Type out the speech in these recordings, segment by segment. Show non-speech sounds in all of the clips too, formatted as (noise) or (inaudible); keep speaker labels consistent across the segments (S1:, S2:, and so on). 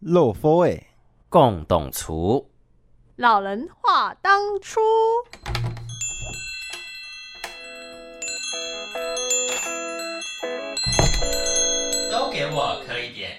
S1: 漏风欸诶，
S2: 共董厨。
S3: 老人话当初，
S2: 都给我磕一点。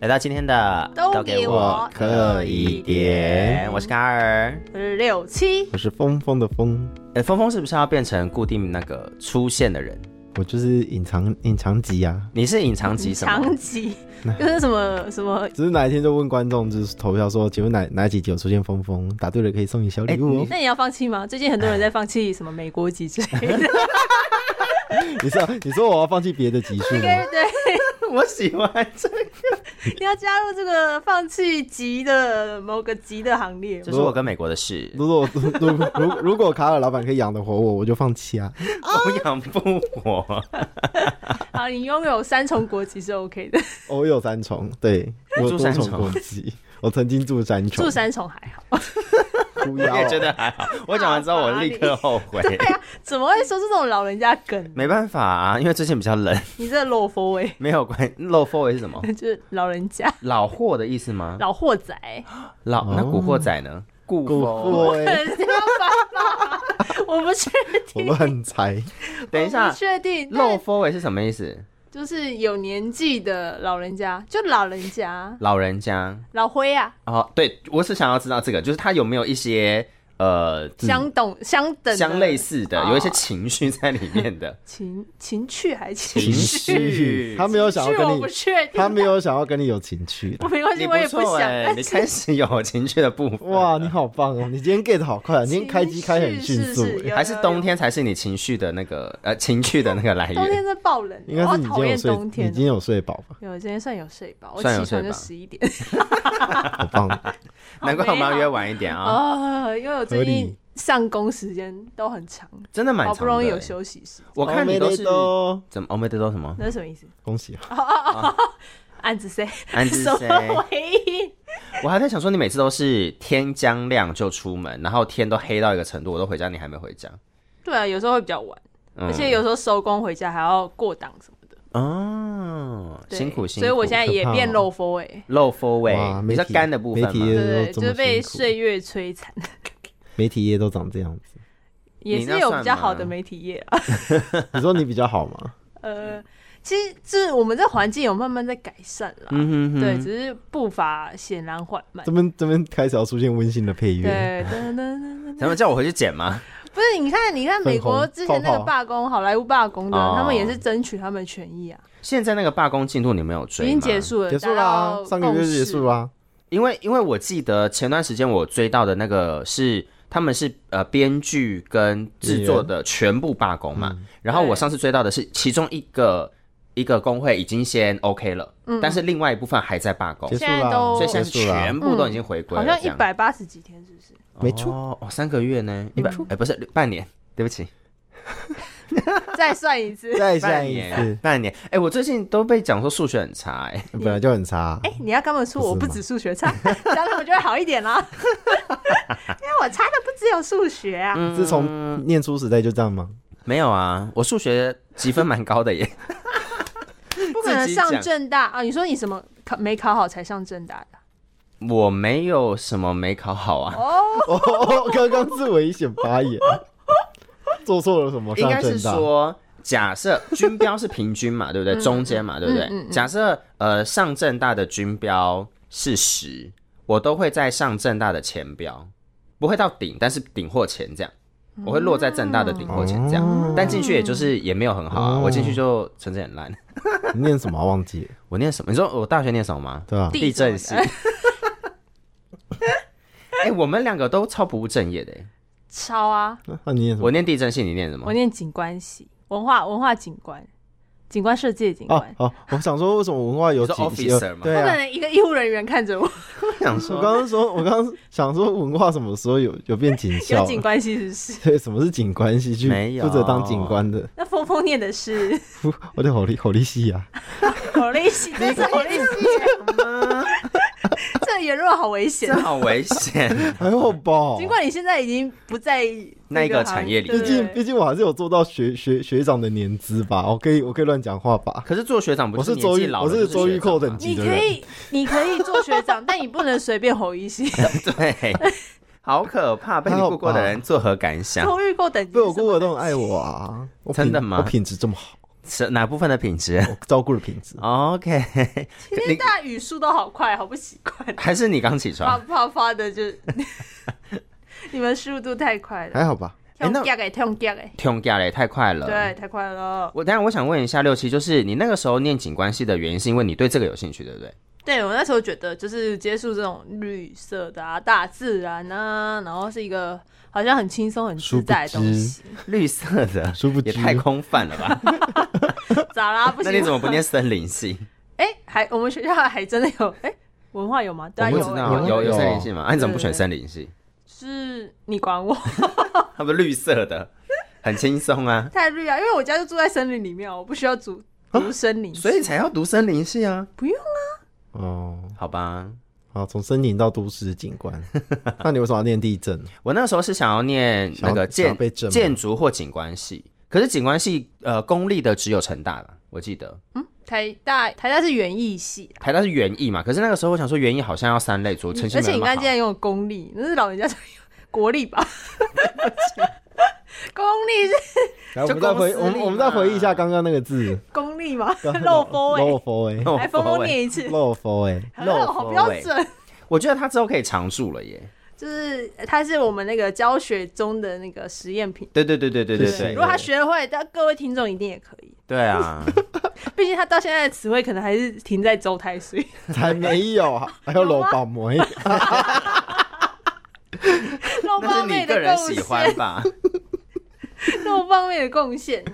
S2: 来到今天的
S3: 都给我
S1: 磕一点
S2: 我是卡尔。
S3: 我是六七，
S1: 我是风风的风，
S2: 呃，峰峰是不是要变成固定那个出现的人？
S1: 我就是隐藏隐藏级啊。
S2: 你是隐藏级什么
S3: 强？
S2: (laughs)
S3: 集，就是什么什么，
S1: 只是哪一天就问观众，就是投票说，请问哪哪几集有出现风风？答对了可以送你小礼物哦。
S3: 那你要放弃吗？最近很多人在放弃什么美国籍之类的，
S2: 哎
S3: (laughs)
S1: (laughs) 你说你说我要放弃别的集数吗？
S3: 对，
S2: 我喜欢这个，
S3: 你要加入这个放弃籍的某个籍的行列
S2: 这。是我跟美国的事， (laughs)
S1: 如果如如如如果卡尔老板可以养得活我，我就放弃啊。
S2: 我养不活。
S3: 好，你拥有三重国籍是 OK 的，
S1: 我有三重，对我有
S2: 住
S1: 多
S2: 三
S1: 重
S2: 重
S1: 国籍，我曾经住三重，
S3: 住三重还好。
S1: 狐
S2: 我
S1: 妖
S2: 也
S1: 哦
S2: 觉得还好，我讲完之后我立刻后悔。
S3: 对呀、怎么会说这种老人家梗？
S2: 没办法啊，因为最近比较冷，
S3: 你这落佛哎，
S2: 没有关。low four 是什么？
S3: (laughs) 就是老人家、
S2: 老货的意思吗？
S3: 老货仔，
S2: 哎
S3: (laughs)
S2: 老那古惑仔呢？古
S1: 古惑
S2: 惑。
S1: 欸，
S3: 人家爸爸，我不确
S1: 我
S3: 定，
S1: 乱猜。
S2: 等一
S3: 我
S2: 下
S3: 不，确定，但
S2: 漏风尾是什么意思？
S3: 就是有年纪的老人家，就老人家，
S2: 老人家
S3: 老灰啊，
S2: 哦，对，我是想要知道这个，就是他有没有一些呃
S3: 相懂相等的
S2: 相类似的，
S3: 哦
S2: 有一些情绪在里面的
S3: 情情趣还情
S2: 情
S3: 趣，
S2: 绪
S1: 他没有想要
S3: 我
S1: 跟
S3: 不
S1: 你，
S3: 确定，
S1: 他没有想要跟你有情趣的
S3: 我。没关系，
S2: 你
S3: 我也
S2: 错
S3: 想，
S2: 哎
S3: (laughs) 但
S2: 你
S3: 是 (laughs)
S2: 开始有情绪的部分，
S1: 哇，你好棒哦！你今天 get 好快啊！你今天开机开很迅速
S3: 情绪是
S1: 欸，
S3: 有
S2: 还是冬天才是你情绪的那个呃情绪的那个来
S3: 冬天
S2: 源。
S3: 真爆冷，
S1: 应该是
S3: 我
S1: 你今
S3: 好讨
S1: 天有
S3: 厌
S1: 睡，
S3: 冬
S1: 你
S3: 天啊
S1: 今。天有睡饱吧？
S3: 有，今天算有睡吧，我
S2: 算有
S3: 起床
S2: 睡
S3: 就
S2: 吧
S3: 十一点。
S1: 好棒！
S2: 难怪我们要约晚一点啊，
S3: 啊， (laughs) 因为我
S1: 合
S3: 最
S1: 理
S3: 近上工时间都很长，
S2: 真的蛮
S3: 好
S2: 长的
S3: 不容易有
S2: 欸。
S3: 休息时间，
S2: (laughs) 我看你都是
S1: 哦没得
S2: 怎么？欧美的都什么？
S3: 那是什么意思？
S1: 哦恭喜啊！
S3: 暗指谁？
S2: 安之
S3: (laughs) 什么
S2: 谁？
S3: 回应？
S2: 我还在想说，你每次都是天将亮就出门，然后天都黑到一个程度，我都回家，你还没回家。
S3: 对啊，有时候会比较晚，
S2: 嗯
S3: 而且有时候收工回家还要过档什么的，
S2: 哦，
S3: 对
S2: 辛苦辛苦。
S3: 所以我现在也
S1: 可怕哦
S3: 变漏风哎，
S2: 漏风味
S1: 哇，媒
S2: 比较
S1: 体
S2: 干的部分
S1: 媒体
S2: 嘛。
S1: 业
S3: 对
S1: 都
S3: 对对，
S1: 这
S3: 就
S1: 么
S3: 是被
S1: 辛苦
S3: 岁月摧残，
S1: 媒体业都长这样子，
S3: 也
S2: 你
S3: 是
S2: 那
S3: 有
S2: 算
S3: 比较好
S2: 吗
S3: 的媒体业啊。
S1: 你说你比较好
S3: (laughs)
S1: 吗？
S3: 呃，其实就是我们这环境有慢慢在改善了，
S2: 嗯哼哼，
S3: 对，只是步伐显然缓慢
S1: 这。边这边开始要出现温馨的配乐，
S3: 对，噔噔噔噔
S2: 他们叫我回去剪吗？
S3: 不是，你看，你看美国之前那
S1: 泡
S3: 个
S1: 泡
S3: 罢工，好莱坞罢工的，
S2: 哦
S3: 他们也是争取他们权益啊，
S2: 现在那个罢工进度你没有追
S3: 已
S2: 吗
S3: 经结，束了，
S1: 结束啦，
S3: 达到
S1: 上个月
S3: 共
S1: 就结
S3: 识
S1: 束。啦。
S2: 因为因为我记得前段时间我追到的那个是。他们是呃编剧跟制作的全部罢工嘛，
S1: 嗯
S2: 然后我上次追到的是其中一个一个工会已经先 OK 了，
S3: 嗯
S2: 但是另外一部分还在罢工
S1: 结，束
S3: 现在
S1: 啦，
S3: 都
S2: 所以现在是
S1: 结束啦
S2: 全。部都已经回归了
S3: 哦嗯好
S2: 这样，
S3: 像一百八十几天，是不是？
S1: 没错
S2: 哦，哦三个月呢，一百哎不是半年，对不起，
S3: 再算一次。
S1: 再下
S2: 半
S1: 一
S2: 年
S1: 次，
S2: 半年，哎我最近都被讲说数学很差哎，
S1: 本来就很差
S3: 哎、，你要跟他们说
S1: 不是
S3: 我不止数学差， (laughs) 这样他们就会好一点啦。 (laughs) 因为我差的不只有数学啊。
S2: 嗯
S1: 自从念书时代就这样吗？ (laughs)
S2: 没有啊，我数学积分蛮高的耶，
S3: (laughs) 不可能
S2: 自己讲
S3: 上正大啊！你说你什么考没考好才上正大的？
S2: 我没有什么没考好啊，
S1: 哦，刚刚是危险发言，做错了什么？
S2: 应该
S1: 上
S2: 是
S1: 正大。
S2: 说。假设均标是平均嘛，对不对？中间嘛，对不对？假设呃上正大的均标是十，我都会在上正大的前标，不会到顶，但是顶或前这样，我会落在正大的顶或前这样。但进去也就是也没有很好啊，
S1: 哦
S2: 我进去就成绩很烂。
S1: 你念什么啊忘记了，
S2: 我念什么？你说我大学念什么吗？
S1: 对吧？
S2: 地震系
S3: 什么。的
S2: 哎、我们两个都超不务正业的耶。
S3: 超啊！
S1: 那你念什么
S2: 我？念地震系，你念什么
S3: 我？念景观系，文化文化景观，景观设计的景观。
S1: 哦哦，我想说为什么文化有
S2: 你
S1: 几
S2: 说 officer 吗
S1: 对
S3: 不可
S1: 啊，
S3: 能一个医护人员看着我，
S2: 我想
S1: 我刚刚说，我刚刚想说文化什么时候有有变警校
S3: 有
S1: 了？
S3: 景观系是不是？
S1: (laughs)
S3: (laughs)
S1: 对，什么是警官系？去
S2: 没有
S1: 负责当警官的， (laughs)
S3: 那峰峰念的是
S2: (laughs)
S3: (laughs)
S1: 我的好利好利系啊！。
S3: 口令系，这是口令系。这言论好危险
S2: 这。好危险
S1: 还好哎
S3: (laughs)
S1: 吧？
S3: 尽管你现在已经不在
S2: 那一个
S3: 行
S2: 产业里
S3: 对
S1: 毕
S3: 对
S1: 竟
S3: 对
S1: 毕竟我还是有做到学学学长的年资吧，我可以我可以乱讲话吧？
S2: 可是做学长不
S1: 我是
S2: 年
S1: 周
S2: 纪
S1: 玉
S2: 老
S1: 我
S2: 了
S1: 是
S2: 就
S1: 周玉
S2: 学长
S1: 蔻等
S2: 吗
S1: 级
S3: 你
S1: 的
S3: 可
S1: 人。
S3: 以，你可以做学长，但你不能随便吼一些。
S2: (laughs) 对，好可怕！被你
S1: 还好
S2: 雇过的人作何感
S3: (laughs)
S2: 想？
S3: 偷遇过等级
S1: 被
S3: 是什
S1: 我
S3: 么，
S1: 姑姑都很爱我啊！我品
S2: 真的吗
S1: 我品质这么好，
S2: 是哪部分的品质 (laughs)
S1: 我照顾的品
S2: 哦
S1: 质。
S2: ？OK，
S3: 今天
S2: 你
S3: 大家语速都好快，好不习惯，
S2: 还是你刚起
S3: 啪
S2: 床？
S3: 啪啪的就，你们速度太快了，
S1: 还好
S3: (laughs)
S1: 吧？
S2: 哎
S3: 跳
S2: 那
S3: 脚哎，跳脚哎，
S2: 天价嘞，太快了。
S3: 对，，太快了。
S2: 我当然我想问一下六七，就是你那个时候念景观系的原因，是因为你对这个有兴趣，对不
S3: (laughs)
S2: 对？
S3: 对我那时候觉得，就是接触这种绿色的啊、大自然啊，然后是一个好像很轻松、很自在的东西。
S2: 绿色的，
S1: 殊不知
S2: 也太空泛了吧？
S3: 咋啦？ (laughs) 不
S2: 那
S3: 行？
S2: 你怎么不念？森林系？
S3: 哎、还我们学校还真的有哎、文化有吗？对啊，
S2: 我不
S3: 有
S2: 知
S3: 有
S2: 道，
S1: 有
S2: 有
S1: 有
S2: 森林系吗？啊，你怎么不选
S3: 对对对
S2: 森林系？
S3: 是你管我
S2: 它不是绿色的，很轻松啊，
S3: 太绿啊，因为我家就住在森林里面啊，我不需要读读森林系，
S2: 所以才要读森林系啊。
S3: 不用
S1: 哦，
S2: 好吧，
S1: 好，从森林到都市的景
S2: (laughs)
S1: 观，那你为什么要念地震？啊
S2: 我那时候是想要念那个
S1: 想要想
S2: 建
S1: 要被震吗
S2: 建筑或景观系，可是景观系呃公立的只有成大吧，我记得
S3: 台大台大是园艺系啊、
S2: 台大是园艺嘛，可是那个时候我想说园艺好像要三类组，成绩
S3: 嗯而
S2: 没有那
S3: 且你
S2: 么
S3: 刚
S2: 好
S3: 才竟然用公立，那是老人家才有国立吧？ (laughs) 公立是
S1: 来，我
S2: 就
S1: 们再
S2: 公
S1: 回
S2: 司
S1: 我们
S2: 里
S1: 我们再回忆一下
S2: 嘛
S1: 刚刚那个字，
S3: 公
S2: (laughs)
S3: 立吗？漏风
S1: 漏
S3: 哎，
S1: 风哎，
S2: 漏 (laughs)
S3: 来风
S2: 风
S3: 风
S2: 欸
S3: 念一次，
S1: 漏风哎，
S3: 好像好标准。 (laughs)
S2: 我觉得他之后可以常驻了耶。
S3: 就是它是我们那个教学中的那个实验品。
S2: 对对对对对
S1: 谢
S2: 对
S1: 谢
S2: 对
S3: 如果他学得会，但各位听众一定也可以。
S2: 对
S3: (laughs)
S2: 啊，
S3: 毕竟他到现在的词汇可能还是停在周太 (laughs) 岁。
S1: 才没有，
S2: (laughs)
S1: 还有漏宝梅，
S3: 肉
S2: 那
S3: 包
S2: 是你
S3: 妹
S2: 个
S3: 的
S2: 人
S3: 贡
S2: 喜
S3: 献
S2: 欢，吧？
S3: (laughs) 肉包妹的贡
S1: (laughs)
S3: 献。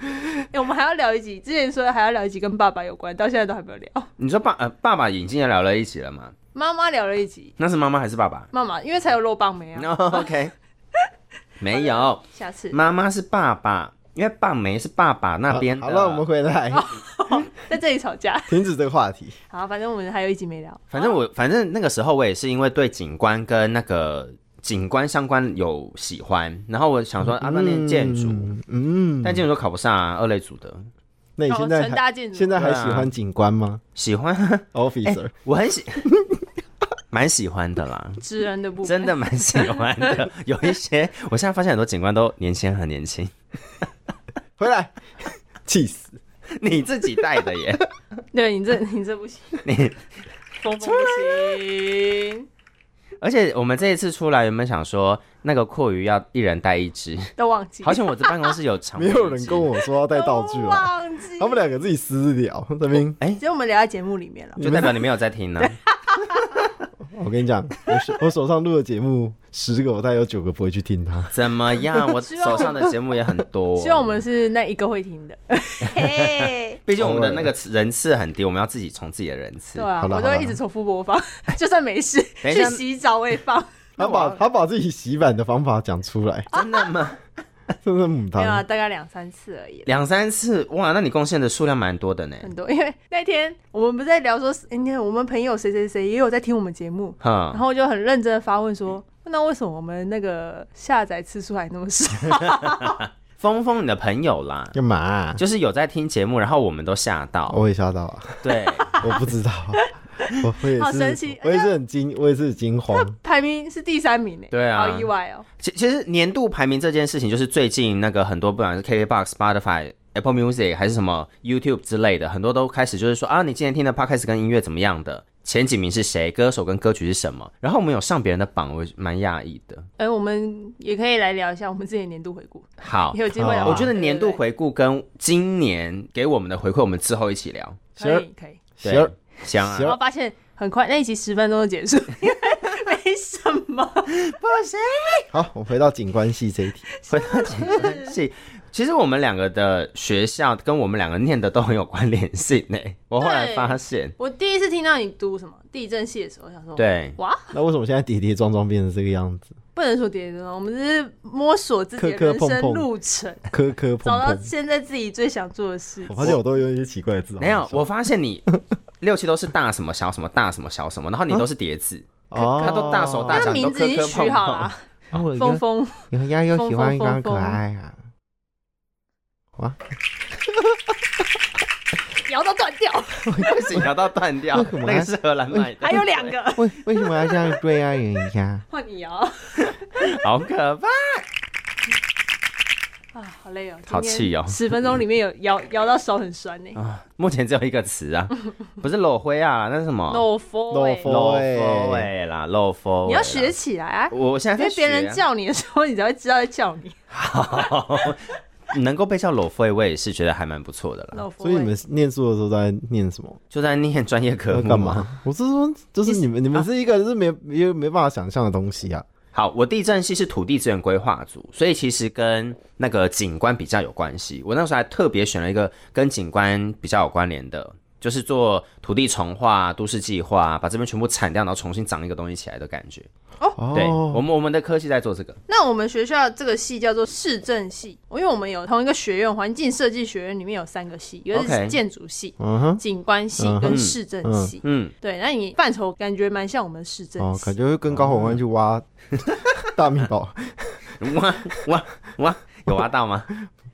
S3: 哎、我们还要聊一集，之前说还要聊一集跟爸爸有关，到现在都还没有聊。
S2: (laughs) 你说爸呃爸爸已经也聊了一起了嘛？
S3: 妈妈聊了一集，
S2: 那是妈妈还是爸爸
S3: 妈妈因为才有肉包
S2: (laughs)
S3: 妹啊。
S2: o k 没有，
S3: 下次
S2: 妈妈是爸爸，因为爸梅是爸爸那边的。
S1: 好了，我们回来，
S3: 在这里吵架。
S1: 停止这个话题。
S3: 好，反正我们还有一集没聊。
S2: 反正
S1: 哦
S2: 我反正那个时候我也是因为对景观跟那个景观相关有喜欢，然后我想说啊，那念建筑，
S1: 嗯，
S2: 但建筑都考不上啊，二类组的
S1: 那你
S3: 哦
S1: 现在
S3: 成
S1: 还
S3: 大建筑
S1: 现在还
S2: 对啊
S1: 喜欢景观吗
S2: 喜
S1: (laughs)
S2: 欢，哎
S1: ？Officer，
S2: 我很喜， (laughs) 蛮喜欢的啦。
S3: 知恩的部分，
S2: 真的蛮喜欢
S1: (laughs)
S2: 的，有一些我现在发现很多景观都年轻很年轻， (laughs) 哎
S1: 回来，气死！
S2: 你自己带的
S1: (laughs)
S2: 耶，
S3: 对你这你这不行，
S2: 你
S3: 峰峰不行，
S2: 而且我们这一次出来，原本想说那个阔鱼要一人带一只，
S3: 都忘记，
S2: 好险我这办公室有常
S1: (laughs) 没有人跟，我说要带道具
S3: 都
S1: 哦，
S3: 忘记。
S1: 他们两个自己私聊。这边，
S3: 只有我们聊在节目里面了。
S2: 就代表你没有在听呢、哦
S1: 我跟你讲，我
S2: (laughs)
S1: 手我手上录的节目十个，我大概有九个不会去听它。
S2: 怎么
S3: (laughs)
S2: 样？我
S3: 望
S2: 手上的节目也很
S3: (laughs)
S2: 多，
S3: 希望我们是那一个会
S1: (laughs)
S3: 听的。嘿
S2: 毕竟我们的那个人次很低，我们要自己从自己的人次
S3: 对。啊，
S1: 好啦
S3: 我都
S1: 好啦
S3: 会一直重复播放， (laughs) 就算没事
S2: 等一
S3: 去
S2: 下
S3: 洗澡我也放。
S1: 他把
S3: (laughs)
S1: 他把自己洗版的方法讲出
S2: (laughs)
S1: 来，
S3: 啊
S2: 真的吗？
S1: 真的母
S3: 没有啊，
S1: 汤。
S3: 大概两三次而已，
S2: 两三次哇，那你贡献的数量蛮多的呢。
S3: 很多。因为那天我们不是在聊说，哎你看我们朋友谁谁谁也有在听我们节目，然
S2: 哈，
S3: 后就很认真的发问说，那为什么我们那个下载次数还那
S2: (laughs)
S3: 么少？
S2: 峰峰，你的朋友啦，
S1: 干嘛啊？
S2: 就是有在听节目，然后我们都吓到。
S1: 我也吓到啊！
S2: 对， (laughs)
S1: (laughs) 我不知道，我我也
S3: 好神
S1: 是
S3: 奇，
S1: 我也是很惊，我也是惊慌。
S3: 排名是第三名呢，
S2: 对啊
S3: 好意外哦。
S2: 其其实年度排名这件事情，就是最近那个很多不管是 KKBox、Spotify、Apple Music 还是什么 YouTube 之类的，很多都开始就是说啊，你今天听的 Podcast 跟音乐怎么样的，前几名是谁，歌手跟歌曲是什么。然后我们有上别人的榜，我蛮讶异的。
S3: 哎，我们也可以来聊一下我们自己的年度回顾，
S2: 啊好
S3: 也，有机会的
S1: 好
S3: 话
S2: 我觉得
S3: 对对
S2: 年度
S3: 对
S2: 回顾跟今年给我们的回馈，我们之后一起聊。
S3: 可以可以。
S2: 对
S1: 行，行
S2: 香 (laughs) 啊，
S3: 然后发现很快那一集十分钟就结束，因为没什么。
S1: 好，我回到景观系这一题。 (laughs)
S2: 回到景观系，其实我们两个的学校跟我们两个念的都很有关联性呢。我后来
S3: 对
S2: 发现，
S3: 我第一次听到你读什么地震系的时候，我想说，，
S2: 对，
S3: 哇，
S1: 那为什么现在跌跌撞撞变成这个样子？
S3: 不能说跌跌撞撞，我们只是摸索自己的
S1: 磕磕
S3: 人
S1: 碰
S3: 生
S1: 碰
S3: 路程，
S1: 磕磕碰
S3: 找到
S1: 碰。
S3: 现在自己最想做的事
S1: 我
S3: 情。
S1: 发现我都用一些奇怪的字。哦
S2: 没有，
S1: 好
S2: 我
S1: 像
S2: 发现你六七都是大什么小什么大什么小什么，然后你都是叠字，
S1: 哦，
S2: 他都大手大
S3: 他
S2: 脚，
S3: 的
S2: 你都
S3: 名字
S2: 磕
S3: 已
S2: 磕
S3: 经
S2: 碰
S3: 取好了
S2: 碰。
S3: 啊，
S1: 然后我
S3: 峰
S1: 跟
S3: 峰，
S1: 你们家又喜欢一个
S3: 疯疯疯
S1: 可
S3: 疯
S1: 爱啊？哇，
S3: 摇到断
S1: (laughs)
S3: 掉，
S2: (laughs) 不行，摇到断掉
S1: 为，什么
S2: 那个是荷兰卖的，
S3: (laughs) 还有两个，
S1: 为为什么要这样对爱人家？
S3: 换你摇
S2: 好可怕，
S3: 啊，好累哦，
S2: 好气
S1: 啊
S2: 哦
S3: 十分钟里面有摇摇到手很酸呢，
S2: 啊！目前只有一个词啊，不是裸灰啊，那是什么？
S3: 漏风，
S1: 漏风
S2: 漏位啦，漏风。
S3: 你要学，起来啊，
S2: 我我现在
S3: 因为
S2: 在
S3: 别人
S2: 学
S3: 叫你的时候，你才会知道在叫你。
S1: 啊
S2: 能够被叫裸灰，我也是觉得还蛮不错的啦。
S3: 漏风
S1: 所以你们念书的时候都在念什么？
S2: (laughs) 就在念专业科
S1: 要
S2: 目啊
S1: 干
S2: 嘛
S1: 嘛？我是说，就是你们你们是一个就是没没没办法想象的东西啊。
S2: 好，我地震系是土地资源规划组，所以其实跟那个景观比较有关系。我那时候还特别选了一个跟景观比较有关联的，就是做土地重划、都市计划，把这边全部铲掉，然后重新长一个东西起来的感觉。对，我
S1: 哦，
S2: 们我们的科系在做这个，
S3: 那我们学校这个系叫做市政系，因为我们有同一个学院，环境设计学院里面有三个系，一个
S2: OK
S3: 是建筑系、
S1: 嗯哼，
S3: 景观系跟市政系。
S2: 嗯，
S3: 对，那你范畴感觉蛮像我们市政
S1: 哦，
S3: 系。
S1: 感觉会跟高宏安去挖大密
S2: (laughs)
S1: 宝。
S2: 哇哇哇，有挖到吗？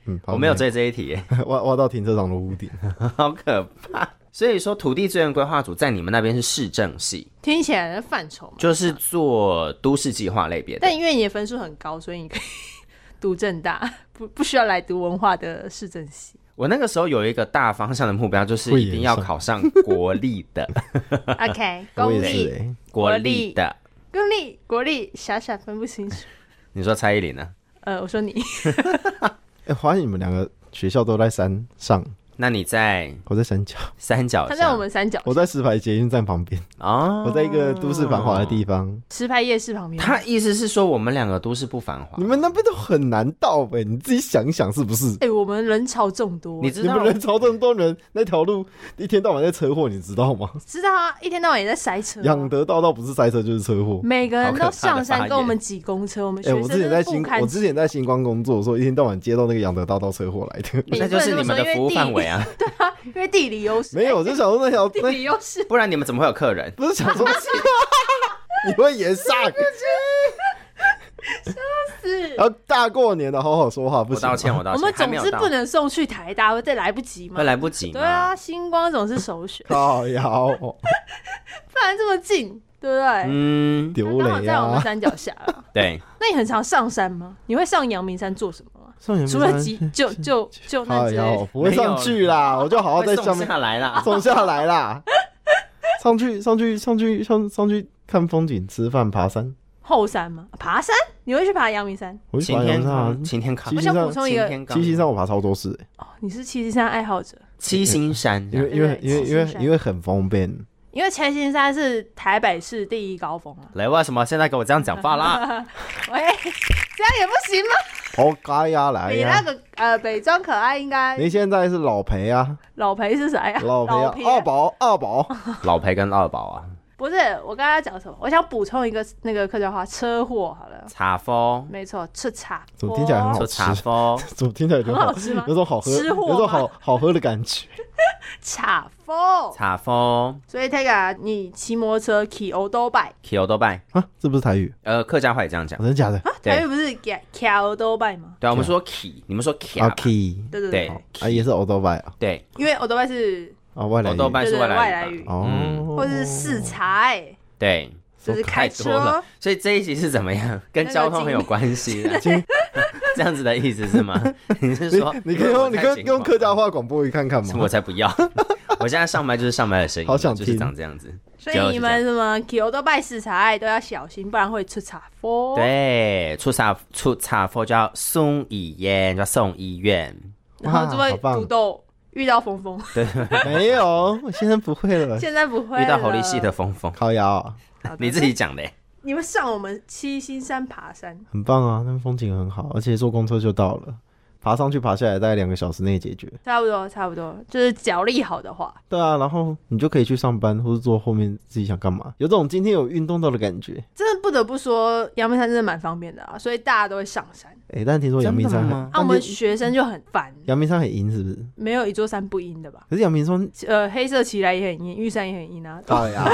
S1: 嗯，好
S2: 我没有追这一题耶、
S1: (laughs) 挖挖到停车场的屋顶。
S2: 好可怕。所以说，土地资源规划组在你们那边是市政系，
S3: 听起来的范畴嘛，
S2: 就是做都市计划类别的
S3: 但。因为你的分数很高，所以你可以 (laughs) 读正大， (laughs) 不不需要来读文化的市政
S1: (laughs)
S3: 系。
S2: 我那个时候有一个大方向的目标，就是一定要考上国立
S3: (laughs)
S2: 的，
S3: OK，
S1: 我
S3: 公
S1: 也是
S3: 立、
S1: 哎，
S2: 国立的。
S3: 公立、国立，傻傻分不清楚。
S2: 你说蔡依林呢？
S3: (laughs) 呃，我说你，
S1: 哎，发现你们两个学校都在山上，
S2: 那你在
S1: 我在
S2: (laughs)
S1: 山脚，
S2: 三角
S3: 他
S2: 巷？
S3: 在我们三角
S1: 我在石牌捷运站旁边，
S2: 哦，
S1: 我在一个都市繁华的地方。
S3: 石牌夜市旁边。
S2: 他意思是说我们两个都市不繁华
S1: 你。们那边都很难到呗，你自己想一想是不是？
S3: 哎、我们人潮众多，
S2: 你
S3: 你
S2: 知
S1: 你
S2: 道
S1: 们人潮这么多人，那条路一天到晚在车祸，你知道吗？
S3: 知道啊，一天到晚也在塞车、啊
S1: 养德道道不是塞车就是车祸。
S3: 每个人
S2: 好可怕
S3: 都
S2: 的
S3: 上
S2: 发
S3: 山跟我
S2: 言
S3: 们挤公车，我们
S2: 嗯
S3: 学
S1: 哎、
S3: 生
S1: 我之前
S3: 真
S1: 在
S3: 的不
S1: 星，
S3: 堪
S1: 我之前在星光工作的时候，一天到晚接到那个养德大道车祸来的。
S3: 你
S2: 那就是你们的服务范围啊，
S3: 因为地理优势，
S1: 没有，我就想说那条
S2: 哎
S3: 地
S1: 那
S3: 理优势。
S2: 不然你们怎么会有客人？
S1: 不是想说 (laughs) 你会延上，
S3: 是
S1: 然后大过年的好好说话，不
S2: 我
S1: 行
S2: 道
S1: 吗。，
S2: 歉，我道
S3: 我
S2: 歉，
S3: 们
S2: 还
S3: 总
S2: 没有
S3: 之
S2: 到
S3: 不能送去台大，会这来不及嘛
S2: 会。来不及吗
S3: 对啊，，星光总是首选 (laughs)
S1: 靠腰哦
S3: 不然这么近，对不对？
S2: 嗯，
S1: 丢
S3: 那刚好
S1: 脸
S3: 在我们
S1: 呀！
S3: 山脚下
S2: (laughs)
S3: 了。
S2: 对，
S3: 那你很常上山吗？你会上阳明山做什么吗？
S1: 上面
S3: 除了急救救救难
S1: 靠
S3: 之类
S1: 腰
S3: 的，
S1: 不会上去啦，我就好好在
S2: 会
S1: 上
S2: 送
S1: 面
S2: 下来啦。
S1: 送 (laughs) 下来啦，上去上去上去上上去看风景、吃饭、爬山。
S3: 后山吗？爬山？你会去爬阳明山？
S1: 我去
S2: 晴
S1: 爬
S2: 天
S1: 山啊
S2: 康，，晴天康
S1: 七
S3: 我，
S1: 星
S3: 想
S1: 山
S3: 补充一
S2: 晴
S3: 个，
S2: 天康
S1: 七，星山我爬超多次、欸，
S3: 哦你是七星山爱好者，
S2: 七星山这
S1: 因
S2: 样，
S1: 为因为
S3: 对
S1: 因为
S3: 七
S1: 因
S3: 星
S1: 为
S3: 山
S1: 因为很方便。
S3: 因为七星山是台北市第一高峰啊。 (laughs)
S2: 来，为什么现在给我这样讲话啦？
S3: 喂，这样也不行吗？
S1: 好该呀，
S2: 哎
S1: 来
S3: 你那
S1: 呀！
S3: 个呃，北庄可爱应该
S1: 你现在是老裴啊，
S3: 老裴是谁呀？
S1: 老裴啊
S3: 裴，
S1: 二宝二宝，
S2: 老裴跟二宝啊，
S3: 不是我刚刚讲什么？我想补充一个那个客家话，车祸好了，
S2: 茶风，
S3: 没错，吃茶
S1: 怎么听起来很好
S2: 说
S1: 吃
S2: 茶风，
S1: 怎么听起来就
S3: 很好吃吗
S1: 有种好喝，
S3: 吃货吗
S1: 有种好好喝的感觉。
S3: 茶风。
S2: 茶风
S3: 所以 Tega，你骑摩托车骑欧都拜
S2: k i o d o b
S1: (laughs) 啊，这不是台语，
S2: 呃，客家话也这样讲
S1: 啊真，的假的？
S2: 对
S3: 台语不是骑骑欧都拜吗？
S2: 对啊，我们说 ki，你们说 ki，
S1: 阿
S2: 吧
S1: 啊 Key
S3: 对对
S2: 对
S3: 对，
S1: 啊，也是 o d o b y 啊，
S2: 对，
S3: 因为欧都拜是
S1: 啊，外来语
S2: 豆瓣是
S3: 对对
S2: 来
S3: 外来
S2: 语
S3: 语
S2: 吧，
S1: 哦
S2: 嗯，
S3: 或者是视察、欸，
S2: 对，
S3: 就是开
S2: 太多
S3: 车
S2: 了，，所以这一集是怎么样？跟
S3: 那个
S2: 交通很有
S3: 经
S2: 关系的，
S1: 经
S2: (laughs) 这样子的意思是
S1: (laughs)
S2: 吗？你是说
S1: 你可以用你可以用客家
S2: 话？
S1: 话广播语看看吗
S2: 我？才不要！ (laughs) 我现在上班就是上班的声音，
S1: 好想
S2: 就是
S1: 听
S2: 长这样子。
S3: 所以你们什么骑欧都拜视察、欸、都要小心，不然会出茶风。
S2: 对，出差出差佛叫送医院，叫送医院。
S3: 然后就
S1: 哇
S3: 会
S1: 好棒
S3: 土豆遇到峰峰，
S1: 没有，我现在不会
S3: (laughs)
S1: 了，
S3: 现在不会
S2: 遇到
S3: 了
S2: 猴力系的，峰峰，
S1: 靠腰啊，
S3: 好的
S2: 你自己讲的欸。
S3: 你们上我们七星山爬山，
S1: 很棒啊，那边风景很好，而且坐公车就到了。爬上去爬下来大概两个小时内解决。
S3: 差不多差不多，就是脚力好的话，
S1: 对啊，然后你就可以去上班，或是做后面自己想干嘛，有种今天有运动到的感觉。
S3: 真的不得不说，阳明山真的蛮方便的啊，所以大家都会上山。
S1: 哎、但听说阳明山
S2: 真的
S1: 很，
S2: 吗
S3: 啊，我们学生就很烦，
S1: 阳明山很阴是不是？
S3: 没有一座山不阴的吧？
S1: 可是阳明山，
S3: 呃，黑色起来也很阴，玉山也很阴啊。
S1: 哎呀，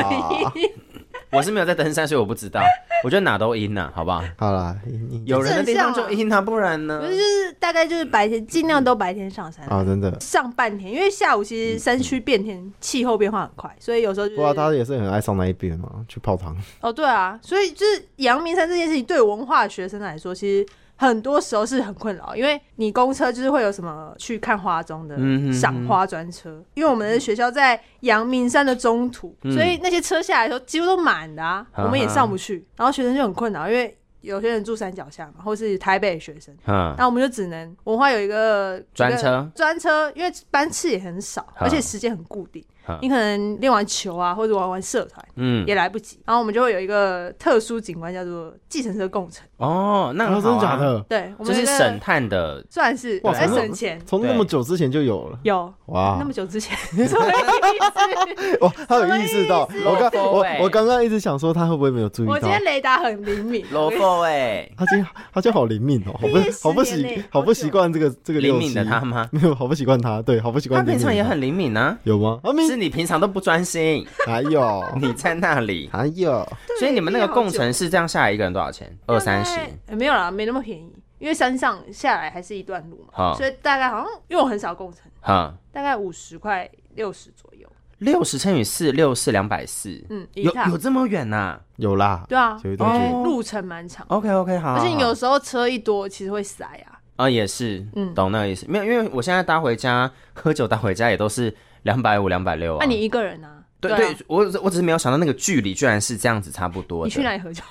S2: 我是没有在登山，所以我不
S3: (laughs)
S2: 知道。我觉得哪都阴呐、好不好？
S1: 好啦，你
S2: 有人的地方
S3: 正向啊
S2: 就阴啊，不然呢
S3: (laughs) 不？是，就是大概就是白天，尽量都白天上山，
S1: 啊，真的，
S3: 上半天，因为下午其实山区变天，气候变化很快，所以有时候就
S1: 不过
S3: 是
S1: 他也是很爱上那一边嘛，去泡汤。
S3: 哦，对啊，所以就是阳明山这件事情对文化学生来说，其实很多时候是很困扰，因为你公车就是会有什么去看花钟的
S2: 嗯哼
S3: 赏花专车，因为我们的学校在阳明山的中途，
S2: 嗯
S3: 所以那些车下来的时候几乎都满的啊，
S2: 哈哈
S3: 我们也上不去，然后学生就很困扰，因为有些人住山脚下嘛，或是台北的学生。
S2: 嗯，
S3: 那我们就啊只能文化有一个
S2: 专
S3: 一个
S2: 车啊
S3: 专车，因为班次也很少，
S2: 哈
S3: 而且时间很固定
S2: 哈。
S3: 你可能练完球啊，或者玩完社团，
S2: 嗯，
S3: 也来不及。然后我们就会有一个特殊景观叫做计程车共乘，
S2: 哦，那
S1: 啊
S2: 很
S1: 真
S2: 好
S1: 的
S2: (laughs)
S1: 假？
S2: 啊
S1: 的？
S3: 对，我
S2: 就
S3: 们有
S2: 是
S3: 一个
S2: 省碳的，
S3: 算是
S1: 哇
S3: 在
S1: 那么啊
S3: 省钱。
S1: 从那么久之前就有了，
S3: 有
S1: 哇
S3: 那么久
S2: (laughs)
S3: 之前，所以
S1: 哇，他有意识到，
S2: 么
S1: 我
S2: 意思
S1: 刚我
S2: Lofo 欸
S1: 我刚刚一直想说他会不会没有注意
S3: 我今
S1: 到，
S3: 天雷达很灵
S2: (laughs)
S3: 敏，
S2: 萝
S3: (laughs)
S2: 卜哎，
S1: 他今天他今天好灵敏
S2: (laughs)
S1: 哦，好
S3: 毕业
S1: 不
S3: 十
S1: 好不
S3: 年
S1: 习
S3: 呢
S1: 好不
S3: 好久
S1: 习惯这个这个
S2: 灵
S1: 六
S2: 敏
S1: 七
S2: 的他吗？
S1: 没有 (laughs) 好不习惯他，对好不习
S2: 他
S1: 惯灵
S2: 平
S1: 敏的他。
S2: 常也很灵敏啊，
S1: 有吗？啊没
S2: 是你平常都不专
S3: (laughs)
S2: 心，
S1: 哪有
S2: 你在那里，
S1: 哪有？
S2: 所以你们那个共
S3: 对
S2: 乘是这样下来一个人多少钱？二三十
S3: 大，概呃没有啦，没那么便宜，因为山上下来还是一段路嘛，
S2: 好
S3: 所以大概好像因为我很少共乘，
S2: 哈，
S3: 大概五十块六十左右，
S2: 六十乘以四，六四两百四，
S3: 嗯，一
S2: 有
S3: 趟
S2: 有，这么远呐
S1: 有啦，
S3: 对啊，
S1: 有一段距离
S2: 哦
S3: 路程蛮长，
S2: ？OK OK，好，
S3: 而且
S2: 好
S3: 有时候车一多，其实会塞啊，
S2: 啊，也是，
S3: 嗯
S2: 懂那个意思。没有，因为我现在搭回家喝酒搭回家也都是两百五、两百六啊。
S3: 那你一个人啊，
S2: 对
S3: 啊
S2: 对，我我只是没有想到那个距离居然是这样子差不多的。
S3: 你去哪里喝酒？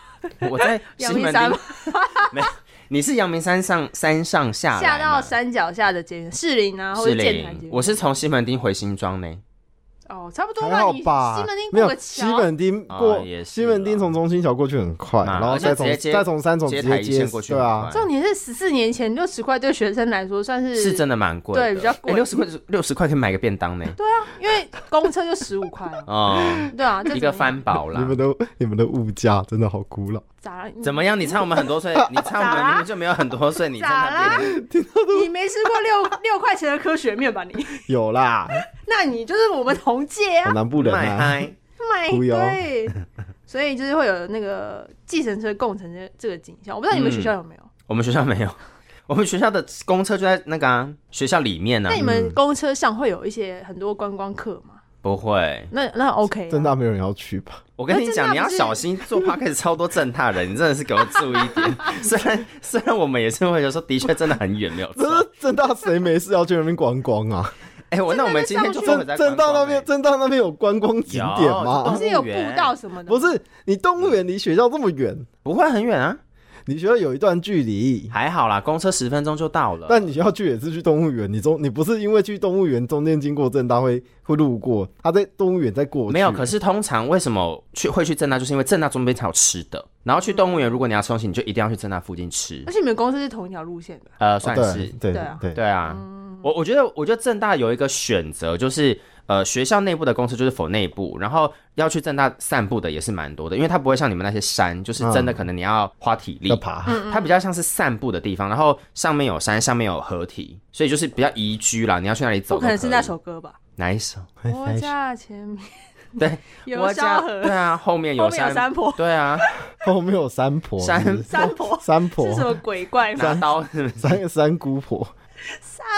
S2: 我在
S3: (laughs) 阳
S2: 石
S3: 明
S2: 门
S3: 山
S2: 町。 (laughs) 没，你是阳明山上山上下
S3: 下
S2: 来
S3: 到
S2: 嘛
S3: 山脚下的捷运，士林啊，或
S2: 士
S3: 者建潭捷
S2: 林
S3: 运。
S2: 我是从西门町回新庄呢。
S3: 哦，差不多
S1: 还
S3: 吧。
S1: 好
S3: 你
S1: 吧
S3: 西门町，
S1: 没
S3: 过
S1: 有
S3: 个
S1: 西
S3: 桥，
S1: 门町过
S2: 啊也是
S1: 西门町
S2: 啦
S1: 从中心桥过去很快，
S2: 嘛
S1: 然后
S2: 而
S1: 再
S2: 且直
S1: 从
S2: 接接
S1: 再从三重
S2: 接
S1: 直
S2: 台
S1: 接
S2: 一
S1: 接
S2: 线过去
S1: 对啊
S2: 很，快
S3: 重点是十四年前六十块对学生来说算是
S2: 是真的蛮贵的，哎
S3: 对比较贵
S2: 六十块六十块可以买个便当呢。，
S3: 对啊，因为公车就十五块啊
S2: 哦，
S3: 对啊，这
S2: 一个
S3: 怎么样
S2: 翻饱啦
S1: 你。们的你们的物价真的好古老，
S3: 咋了？
S2: 怎么样？你差我们很多
S3: (laughs)
S2: 岁，你差我
S3: 咋
S2: 们
S3: 啦
S2: 明明就没有很多岁，你在
S3: 咋
S2: 那
S3: 啦
S2: 边？？
S3: 你没吃过六六块钱的科学面吧你？ (laughs)
S1: 有啦，
S3: 那你就是我们同届
S1: 我
S3: 啊，
S1: 南部人
S2: 卖
S1: 啊，
S2: 嗨，
S3: 买
S1: 忽悠
S3: 对，所以就是会有那个计程车共乘的这个景象，我不知道你们学校有没有。
S2: 我们学校没有，我们学校的公车就在那个、啊、学校里面呢、啊
S3: 那你。
S1: 嗯
S3: 们公车上会有一些很多观光客吗？
S2: 不会，
S3: 那那 OK，啊
S1: 正大没有人要去吧？ (laughs)
S2: 我跟你
S3: 那
S2: 讲，
S3: 真的不是
S2: 你要小心做 p o d c a s 超多正踏人，你真的是给我注意一点。
S3: (laughs)
S2: 虽然虽然我们也是会有说，的确真的很远，没有
S1: 真
S2: 错。
S1: 的正大谁没事要去那边观光
S2: (laughs)
S1: 啊？
S2: 哎、我那我们今天就不
S3: 正
S1: 正
S2: 能在
S1: 正大
S2: 观光
S1: 那边
S2: 欸
S1: 正大那边有观光景点
S2: 有
S1: 吗
S2: 就？
S3: 是有步道什么的，
S1: 不是，你动物园离学校这么远，
S2: 不会很远啊，
S1: 你学校有一段距离。
S2: 还好啦，公车十分钟就到了。
S1: 但你要去也是去动物园，你中你不是因为去动物园中间经过正大会会路过，他在动物园再过去
S2: 没有，可是通常为什么去会去正大，就是因为正大中间才有吃的。然后去动物园，如果你要休息，你就一定要去正大附近吃
S3: 而。且你们公司是同一条路线的，
S2: 呃，
S1: 哦
S2: 算
S1: 对
S2: 是、
S1: 对
S3: 对啊
S1: 对
S2: 对啊，我我觉得我觉得正大有一个选择，就是呃学校内部的公司就是否内部，然后要去正大散步的也是蛮多的，因为它不会像你们那些山，就是真的可能你嗯要花体力。
S1: 要爬。
S3: 嗯
S2: 它比较像是散步的地方，然后上面有山，上面有河堤，所以就是比较宜居啦。你要去哪里走都以？
S3: 不可能是那首歌吧？
S2: 哪一首？
S3: 我
S1: (laughs)
S3: 家前面
S2: (laughs) 对，
S3: 有
S2: 我家
S3: 沙河，
S2: 对啊，后面
S3: 后
S2: 有
S3: 面有山坡，
S2: 对
S3: (laughs)
S2: 啊，
S1: 后面哦有山婆，
S2: 山
S1: 是不是
S3: 山婆
S1: (laughs) 山婆
S3: 是什么鬼怪
S2: 拿
S3: 吗？
S2: 刀
S1: 三三姑婆，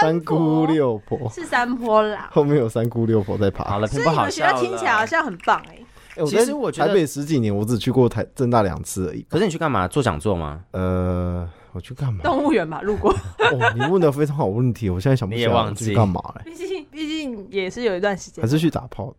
S1: 三姑六婆，
S3: 是山坡啦。
S1: 后面有三姑六婆在爬。
S2: 好了，
S3: 所
S2: 听
S3: 以
S2: 不
S3: 你
S2: 好
S3: 们学
S2: 笑啊
S3: 校听起来好
S2: 了。
S3: 像很棒哎，
S1: 欸
S2: 其
S1: 在
S2: 实我觉得
S1: 台北十几年，我只去过台正大两次而已。
S2: 可是你去干嘛？做讲座吗？
S1: 呃，我去干嘛？
S3: (laughs) 动物园吧，路过，
S1: 哦，你问的非常好问题，我现在想不
S2: 你
S1: 起
S2: 也
S1: 来
S2: 忘
S1: 我
S2: 记
S1: 去干嘛了、
S3: 毕竟毕竟也是有一段时间
S1: 还。是去打炮？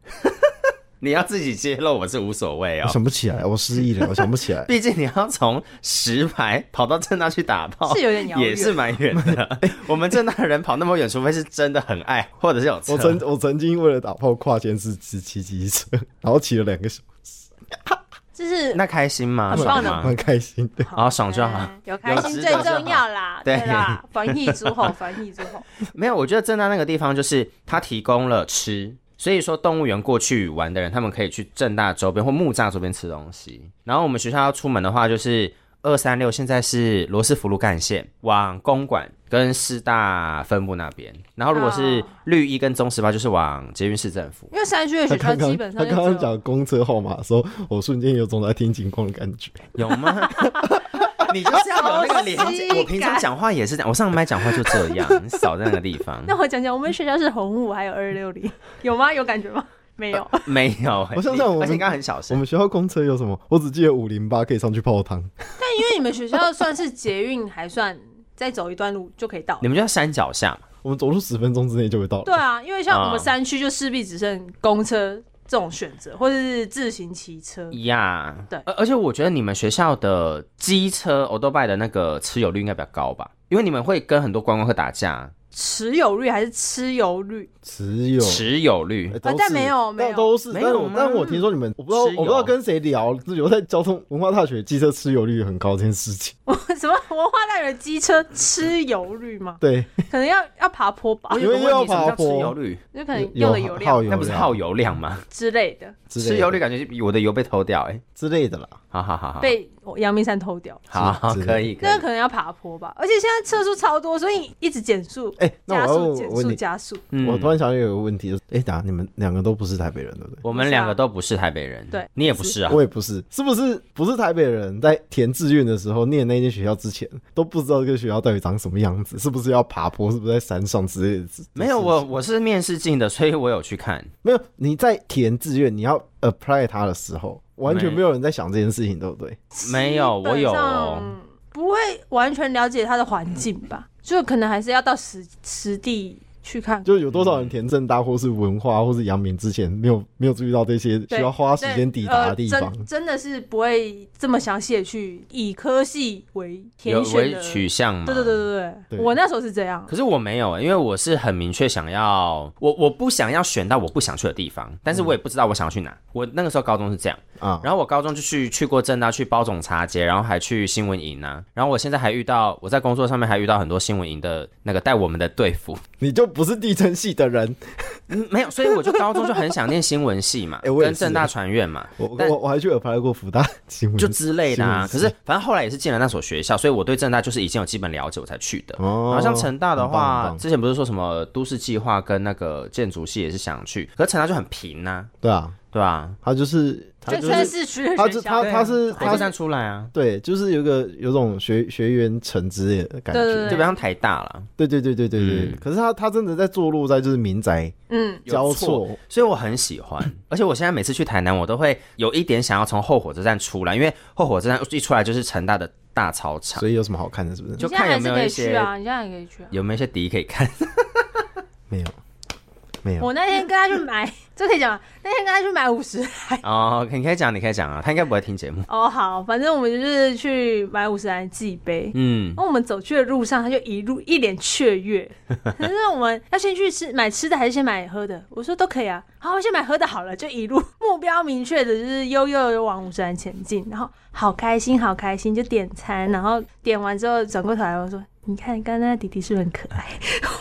S2: 你要自己揭露，我是无所谓
S1: 我
S2: 哦。
S1: 想不起来，我失忆了，我想不起来。
S2: 毕竟你要从石牌跑到正大去打炮，
S3: 是有点遥远
S2: 也是蛮远的。我们正大人跑那么远，除非是真的很爱，或者是有车
S1: 我曾我曾经为了打炮跨县市骑骑机车，然后骑了两个小时。
S4: 就是
S2: 那开心吗？
S4: 很
S2: 爽
S4: 棒的
S2: 吗
S1: 蛮？开心的。
S2: 啊，爽就
S3: 嗯
S2: 好。
S4: 有开心
S2: 有
S4: 最
S2: 指导就好
S4: 重要啦，
S2: 对
S4: 啦，
S3: 防疫之后，防疫之后，
S2: 没有，我觉得正大那个地方就是它提供了吃，所以说动物园过去玩的人，他们可以去正大周边或木栅周边吃东西。然后我们学校要出门的话，就是二三六现在是罗斯福路干线往公馆跟师大分部那边，然后如果是
S3: 哦
S2: 绿一跟中十八，就是往捷运市政府。
S3: 因为山区的
S1: 他
S3: 学校
S1: 刚
S3: 基
S1: 刚
S3: 本
S1: 他
S3: 上就
S1: 刚刚
S3: 只有
S1: 讲公车号码的时候，我瞬间有种在听警官的感觉。
S2: 有吗？
S3: (laughs)
S2: 你就是要有那个连
S3: 熟悉
S2: 接。
S3: 感
S2: 我平常讲话也是这样，我上麦讲话就这样，
S3: (laughs)
S2: 你扫在那个地方。
S3: 那我讲讲，我们学校是红五还有二六零，有吗？有感觉吗？没有，
S2: 没有、欸，
S1: 我想想我们
S2: 而且你刚刚很小
S1: 我
S2: 声。
S1: 们学校公车有什么？我只记得五零八可以上去泡汤，
S3: 但因为你们学校算是捷运，还算再走一段路就可以到
S2: 你。们就在山脚下嘛，
S1: 我们走路十分钟之内就会到了。
S3: 对啊，因为像我
S2: 啊
S3: 们山区就势必只剩公车这种选择，或者是自行骑车。
S2: 呀、
S3: 对
S2: 而而且我觉得你们学校的机车 o d o b i 的那个持有率应该比较高吧，因为你们会跟很多观光客打架，
S3: 持有率还是吃油率？ (laughs)
S1: 只有
S2: 持有率
S1: 欸都
S3: 啊但
S1: 是
S3: 没有没
S1: 但
S3: 有
S1: 都是，
S2: 没
S1: 但
S2: 有
S1: 我
S2: 吗
S1: 但我听说你们，我不知道
S2: 吃
S1: 我不知道
S2: 有
S1: 跟谁聊，有在交通文化大学机车吃油率很高这件事情。
S3: 什么文化大学机车吃油率吗？
S1: 对，
S3: 可能要要爬坡吧，
S1: 因为又要
S2: 什么
S1: 爬
S2: 叫持
S1: 坡
S2: 有率，
S3: 就可能
S1: 有
S3: 用的油
S1: 耗
S3: 量
S1: 油
S2: 那不是
S1: 量
S2: 耗油量吗？
S3: 之类的
S1: 之类
S2: 持有率
S1: 的
S2: 感觉是我的油被偷掉、欸，哎，
S1: 之类的啦。
S2: 好好好好，
S3: 被阳明山偷掉。
S2: 好好
S1: 之类的
S2: 啊可以可
S3: 那
S2: 以
S3: 个，可能要爬坡吧，而且现在车速超多，所以一直减速、
S1: 哎、那我
S3: 加速、
S1: 要
S3: 减
S1: 问
S3: 速、
S1: 你，
S3: 加速。
S2: 嗯
S1: 我突然想起有个问题，就是哎、等一下你们两个都不是台北人，对不对？
S2: 我们两个都不是台北人，
S3: 对
S2: 你也不是啊，
S1: 我也不是，是不是不是台北人？在填志愿的时候念那间学校之前，都不知道这个学校到底长什么样子，是不是要爬坡，是不是在山上之类的事？
S2: 没有我
S1: 我
S2: 我是面试进的， (laughs) 所以我有去看，
S1: 没有。你在填志愿，你要 apply 它的时候，完全
S2: 没
S1: 没有人在想这件事情，对不对？
S2: 没有
S3: 基本
S2: 我有
S3: 上
S2: 哦
S3: 不会完全了解它的环境吧， (laughs) 就可能还是要到实实地去看。
S1: 就有多少人填正大或是文化或是阳明之前没有没有注意到这些需要花时间抵达的地
S2: 嗯
S3: 呃
S1: 方？
S3: 真真的是不会这么详细的去以科系为
S2: 有
S3: 填选
S2: 为
S3: 的。
S2: 取向嘛，
S3: 对对对对对，
S1: 对
S3: 我那时候是这样。
S2: 可是我没有、因为我是很明确想要，我我不想要选到我不想去的地方，但
S3: 嗯
S2: 是我也不知道我想要去哪。我那个时候高中是这样，
S1: 啊，
S2: 然后我高中就去去过正大，去包种茶节，然后还去新闻营啊，然后我现在还遇到我在工作上面还遇到很多新闻营的那个带我们的队服， (laughs)
S1: 你就不是地震系的人。
S2: 嗯，没有，所以我就高中就很想念新闻系
S3: (laughs)
S2: 嘛，
S1: 哎我也
S2: 跟
S1: 是
S2: 正大传院嘛，
S1: 我
S2: 但
S1: 我我还去 apply 过福大新闻，
S2: 就之类的啊。可
S1: 新闻
S2: 是
S1: 系
S2: 反正后来也是进了那所学校，所以我对正大就是已经有基本了解，我才去的。
S1: 哦，
S2: 好像成大的
S1: 很棒很
S2: 话，
S1: 棒
S2: 之前不是说什么都市计划跟那个建筑系也是想去，可是成大就很平呐、
S1: 对啊，
S2: 对啊，
S1: 他就是他
S3: 这
S1: 就
S3: 算
S1: 是
S3: 是区的
S1: 他
S3: 学
S1: 就
S3: 校
S1: 他，他是
S2: 火车
S1: 他是
S2: 站出来啊，
S1: 对，就是有一个有种学学员城之类的感
S3: 对对
S1: 觉，
S2: 就不像台大啦，
S1: 对对对对对对。
S2: 嗯
S1: 可是他他真的在坐落在就是民宅
S3: 嗯，
S2: 有
S1: 交
S2: 错，
S1: 错，
S2: 所以我很喜欢。
S1: (laughs)
S2: 而且我现在每次去台南，我都会有一点想要从后火车站出来，因为后火车站一出来就是成大的大操场，
S1: 所以有什么好看的？是不是
S2: 就
S3: 你现在
S2: 看有
S3: 还
S2: 没
S3: 是
S2: 有
S3: 可
S2: 一
S3: 以
S2: 些
S3: 去啊，你现在也可以去啊。
S2: 有没有一些敌可以看？
S1: 没有没有？
S3: 我那天跟他去买， (laughs) 这可以讲吗？那天跟他去买五十台。
S2: 哦，你可以讲，你可以讲啊，他应该不会听节目。
S3: 哦，好，反正我们就是去买五十台祭杯。
S2: 嗯
S3: 然，后我们走去的路上，他就一路一脸雀跃。
S2: (laughs)
S3: 可是嗯我们要先去吃买吃的还是先买喝的？我说都可以啊。好，先买喝的好了，就一路目标明确的，就是悠悠地往五十岚前进。然后好开心，好开心，就点餐。然后点完之后转过头来，我说：“你看，刚刚那弟弟是不是很可爱？”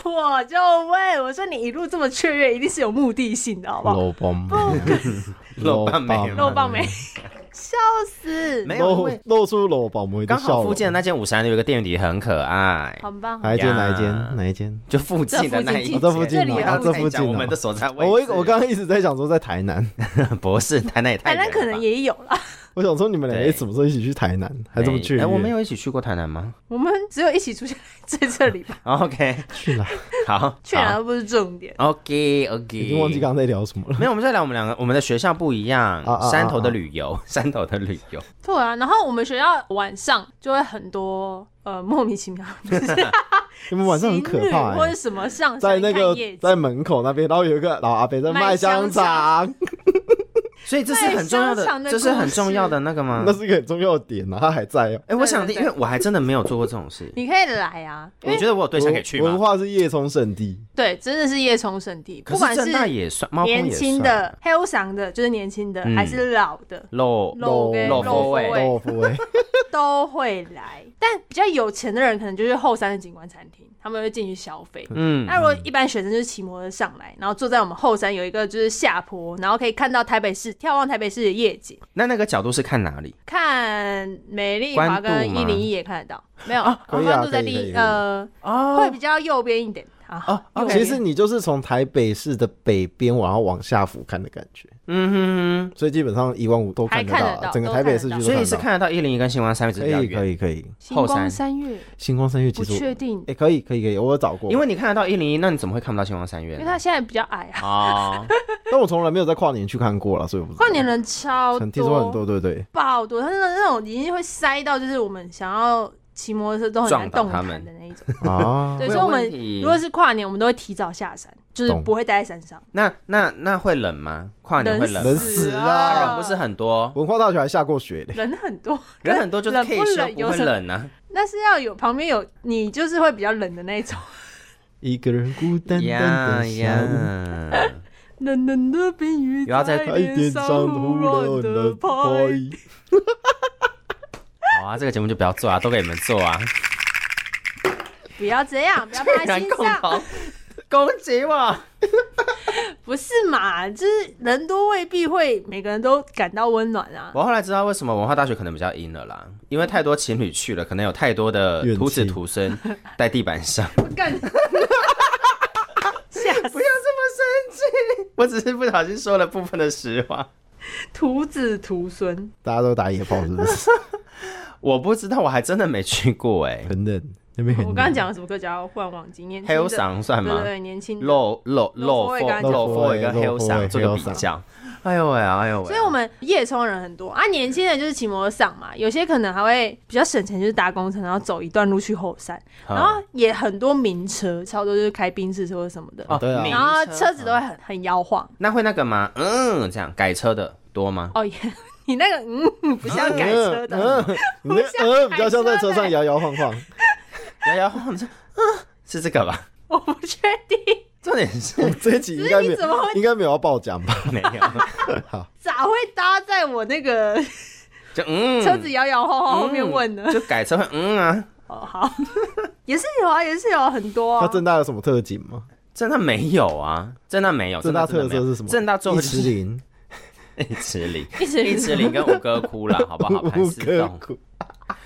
S3: (laughs) 我就问我说：“你一路这么雀跃，一定是有目的性的，好
S2: (laughs)
S3: 不好
S1: 漏bomb， (laughs)
S2: 漏棒没有？”
S3: 肉棒没， (laughs) 笑死，
S2: 没有，因
S1: 露
S2: 为
S1: 露出裸宝，我们一定
S2: 刚
S1: 笑
S2: 好附
S1: 容。
S2: 近的那间五十岚有一个店底很可爱，
S3: 很棒。
S1: 哪一间？
S2: 呀
S1: 哪一间？哪一间？
S2: 就附近的那一
S1: 哦这附
S2: 间
S1: 近
S3: 这里
S1: 啊，
S3: 啊
S1: 哦这附
S2: 讲
S1: 近
S2: 我们的
S1: 啊。
S2: 所在位置。
S1: 我一我刚刚一直在想说在台南， (laughs)
S2: 不是台南也太
S3: 台
S2: 远了
S3: 南
S2: 吧，
S3: 可能也有啦，
S1: 我想说你们两个
S2: 对
S1: 哎什么时候一起去台南？还这么去？
S2: 哎，我们有一起去过台南吗
S3: 我们只有一起出现在这里吧，
S2: ？OK， (laughs)
S1: 去啦，
S2: 好，
S3: 去哪都不是重点。
S1: 啊
S2: OK OK，
S1: 已经忘记刚刚在聊什么了。
S2: 没有，我们在聊我们两个，我们的学校不一样
S1: 啊啊，啊
S2: 山头的旅游，山头的旅游，
S3: 对啊，然后我们学校晚上就会很多呃莫名其妙，
S1: 你们晚上很可怕、
S3: 或
S1: 欸
S3: 者，什么上山
S1: 在那个
S3: 看夜景
S1: 在门口那边，然后有一个老阿伯在
S3: 卖
S1: 卖
S3: 香
S1: 香肠，
S2: 所以这是很重要
S3: 太
S2: 的
S3: 香肠，的
S2: 这是很
S3: 故事
S2: 重要的那个吗
S1: 那？是一个很重要的点啊，它还在啊。
S2: 哎，我想
S3: 对
S2: 听，
S3: 对
S2: 因为我还真的没有做过这种事。
S3: 你可以来啊，因
S2: 你
S3: 为
S2: 觉得我有对象可以去
S1: 文
S2: 吗？
S1: 化是夜冲圣地，
S3: 对，真的是夜冲圣地，
S2: 可
S3: 不管
S2: 正大也算，猫空也
S3: 年轻
S2: 算
S3: 的、黑嗓的，就是年轻的，
S2: 嗯
S3: 还是老的，
S2: 肉
S3: 露跟
S2: 露
S3: 露
S2: 肤味
S3: 味
S1: 豆腐哎，
S3: 都会来。但比较有钱的人，可能就是后山的景观餐厅，他们会进去消费。
S2: 嗯，
S3: 那如果一般学生就是骑摩托车上来，然后坐在我们后山有一个就是下坡，然后可以看到台北市，眺望台北市的夜景，
S2: 那那个角度是看哪里？
S3: 看美丽华跟
S2: 关渡
S3: 一
S2: 吗
S3: 零一也看得到，没有，
S1: 可以啊
S3: 关渡在
S1: 可以可
S3: 第
S1: 以
S3: 呃
S2: 哦
S3: 会比较右边一点啊。
S2: 哦
S3: 右边
S1: 其实你就是从台北市的北边，然后往下俯瞰的感觉，
S2: 嗯
S1: 所以基本上一万五都看
S3: 还看
S1: 到
S3: 得到
S1: 啊，整个台北市区
S2: 哼，
S1: 都
S2: 所以
S1: 看
S2: 是
S1: 得到。
S2: 看得到一零一跟星光三，只是
S1: 可
S2: 比较
S1: 以可
S2: 远。
S1: 以可以，
S3: 星
S2: 后
S3: 光
S2: 山
S3: 三月
S1: 星光三月
S3: 不
S1: 其实我
S3: 确定，
S1: 哎可以可以可以，我有找过，
S2: 因为你看得到一零一，那你怎么会看不到星光三月
S3: 因
S2: 呢？
S3: 为他现在比较矮啊。
S2: (laughs) 哦，
S1: 但我从来没有在跨年去看过了，所以我不知道。
S3: 跨年人超
S1: 很听说很多，对对，
S3: 爆多，他那种那种已经会塞到，就是我们想要骑摩托车都很
S2: 撞
S3: 难
S2: 倒
S3: 动
S2: 他
S3: 弹
S2: 们
S3: 的那一种。
S1: 啊，
S3: 对，
S2: 我有
S3: 所以我
S2: 问
S3: 们
S2: 题
S3: 如果是跨年，我们都会提早下山，就是
S1: 懂
S3: 不会待在山上。
S2: 那那那会冷吗？跨年会冷吗？
S1: 冷
S2: 人
S1: 死
S3: 啊！
S1: 啊
S2: 人不是很多，
S1: 文化大学还下过雪嘞，
S3: (laughs) 人很多，
S2: 人很多就是
S3: 冷
S2: 可
S3: 不
S2: 以修
S3: 冷
S2: 不
S3: 有
S2: 会
S3: 什么
S2: 冷啊。
S3: 那是要有旁边有你，就是会比较冷的那一种，
S1: 一个人孤单单
S2: 呀
S1: 的下午。
S2: 呀！
S3: 冷冷的冰雨
S2: 又要再
S3: 在
S1: 一点
S3: 脸上
S1: 上
S3: 胡
S1: 忽
S3: 乱
S1: 乱
S3: 的
S1: 的
S3: 拍。
S1: 拍，
S2: 好啊，这个节目就不要做啊，都给你们做啊。
S3: 不要这样，不要放
S2: (laughs)
S3: 在
S2: 然
S3: 心
S2: 共
S3: 上，
S2: 同攻击我。
S3: 不是嘛？就是人多未必会每个人都感到温暖
S2: (laughs)
S3: 啊。
S2: 我后来知道为什么文化大学可能比较阴了啦，因为太多情侣去了，可能有太多的
S1: 怨气
S2: 徒子徒孙在地板上。
S3: 干，吓死！
S2: 我只是不小心说了部分的实话，
S3: 徒子徒孙，
S1: 大家都打野炮是不是？
S2: 我不知道，我还真的没去过哎、
S1: 很冷，那边很
S3: 我
S1: 冷。
S3: 刚刚讲了什么歌？叫《幻网经》，年轻
S2: 黑
S3: 的
S2: 有嗓算
S3: 对对
S2: 吗？
S3: 对，年轻的。
S2: 露露
S3: 露
S2: 露
S3: 腹
S2: 腹
S3: 也刚刚
S1: 讲
S2: 露腹也跟黑
S1: 露
S2: 有
S1: 腹也
S2: 嗓做个比较，哎呦喂啊，哎呦喂啊！
S3: 所以，我们夜冲人很多啊。年轻人就是骑摩托上嘛，有些可能还会比较省钱，就是搭公车，然后走一段路去后山。
S2: 嗯
S3: 然后也很多名车，超多就是开宾士车什么的，
S2: 哦，
S1: 对啊
S2: 名
S3: 然后
S2: 车嗯
S3: 车子都会很很摇晃。
S2: 那会那个吗？嗯，这样改车的多吗？
S3: 哦耶， (laughs) 你那个嗯，不像改车的，
S1: 嗯，嗯你那
S3: 像
S1: 嗯比较像在
S3: 改车
S1: 车上
S3: 的
S1: 摇摇晃晃。
S2: 摇摇晃晃的，嗯，是这个吧？
S3: (laughs) 我不确定，
S2: 重点是
S1: 我们这一集应该没
S3: 只是你怎么
S1: 有，
S3: 会
S1: 应 (laughs) 该没有要报奖吧？
S2: 没有，
S3: 咋会搭在我那个
S2: 就嗯，
S3: (laughs) 车子摇摇晃晃后面
S2: 嗯
S3: 问呢？
S2: 就改车会嗯啊，
S3: 哦，好， (laughs) 也是有啊，也是有很多
S1: 那
S3: 啊。
S1: 正大有什么特警吗？
S2: 正大没有啊，正大没有，
S1: 正大
S2: 真的
S1: 特
S2: 没有
S1: 色是什么？
S2: 正大最后
S1: 一
S2: 就
S1: 池
S2: 是
S1: 林，
S2: 一池林，
S3: 一直
S2: 一池林跟五哥窟啦，好不好？
S1: (laughs)
S2: 盘
S1: 五
S2: 丝
S1: 个
S2: 洞，
S1: 苦，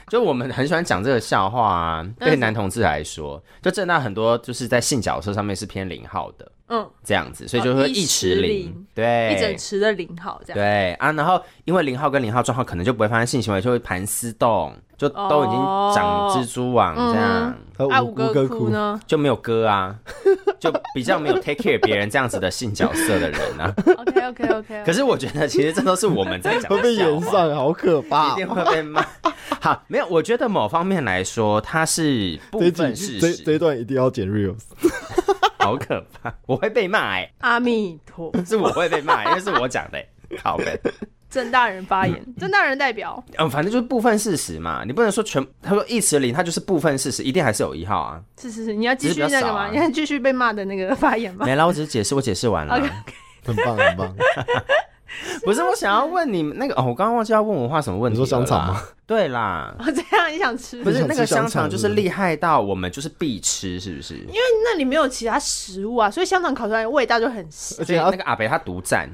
S2: 就我们很喜欢讲这个笑话啊。
S3: 嗯
S2: 对男同志来说，就正大很多就是在性角色上面是偏零号的
S3: 嗯，
S2: 这样子，所以
S3: 哦
S2: 就会
S3: 一
S2: 一池
S3: 池林
S2: 林，
S3: 一整
S2: 对。
S3: 池的零号这样。
S2: 对啊，然后因为零号跟零号撞号，可能就不会发生性行为，就会盘丝洞，就都
S3: 哦
S2: 已经长蜘蛛网这样，
S1: 和
S3: 啊，
S1: 五
S3: 五
S1: 五
S3: 哥
S1: 个
S3: 哭
S1: 苦，
S2: (laughs)
S3: 呢？
S2: 就没有歌啊，就比较没有 take care 别人这样子的性角色的人
S3: (laughs)
S2: 啊。
S3: OK OK OK，
S2: 可是我觉得其实这都是我们在讲
S1: 会
S2: 的
S1: 被
S2: 笑
S1: 延
S2: 话，
S1: 上，好可
S2: 一
S1: 怕
S2: 定！会被骂。好，没有，我觉得某方面来说，它是部
S1: 这一
S2: 分
S1: 集
S2: 事
S1: 这这一
S2: 实，
S1: 段一定要剪 reels，
S2: 好可怕， (laughs) 我会被骂哎、
S3: 阿弥陀佛，
S2: 是我会被骂、因为是我讲的、欸。好呗，
S3: 郑大人发言，郑大人代表，
S2: 嗯，反正就是部分事实嘛，你不能说全。他说一词零，它就是部分事实，一定还是有一号啊。
S3: 是是是，你要继续
S2: 只是比较
S3: 那个
S2: 少
S3: 吗？
S2: 啊
S3: 你要继续被骂的那个发言吗？
S2: 没啦，我只是解释，我解释完了。
S3: OK
S1: 很棒很棒。
S2: 不是，我想要问你们那个哦，我刚刚忘记要问文化什么问题。
S1: 你说香肠吗？
S2: 对啦，
S3: 哦，这样 (laughs) 你想吃？
S2: 不
S1: 你
S2: 是
S1: 想吃
S2: 那个
S1: 香
S2: 香
S1: 肠
S2: 肠，就是
S1: 是不是
S2: 厉害到我们就是必吃，是不是？因为
S3: 那里没有其他食物啊，所以香肠烤出来的味道就很香。
S1: 而
S2: 所
S1: 且
S2: 以
S1: 他
S2: 那个阿北他独占，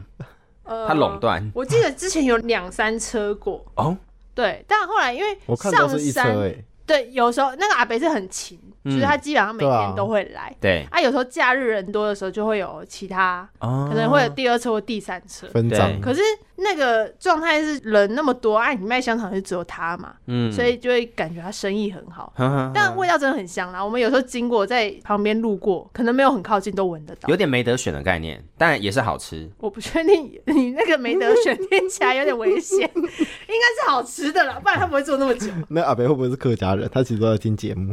S3: 呃
S2: 他垄。断
S3: 我记得之前有两三车过，
S2: 哦，
S3: 对，但后来因为
S1: 我看
S3: 上
S1: 都是一车
S3: 山，
S1: 哎，
S3: 对，有时候那个阿北是很勤，
S2: 嗯
S3: 就是他基本上每
S1: 对啊
S3: 天都会来。
S2: 对，
S3: 啊，有时候假日人多的时候，就会有其他，
S2: 哦
S3: 可能会有第二车或第三车。
S1: 啊分
S2: 对
S1: 赃
S3: 可是那个状态是人那么多，啊，你卖香肠就只有他嘛，
S2: 嗯
S3: 所以就会感觉他生意很好。
S2: 呵呵呵
S1: 嗯
S3: 但味道真的很香啦，我们有时候经过在旁边路过，可能没有很靠近都闻得到
S2: 有。点没得选的概念，但也是好吃。
S3: 我不确定你那个没得选，听起来有点危险，该是好吃的啦，不然他不会做那么久。
S1: 那阿北会不会是客家人？他其实都在听节目，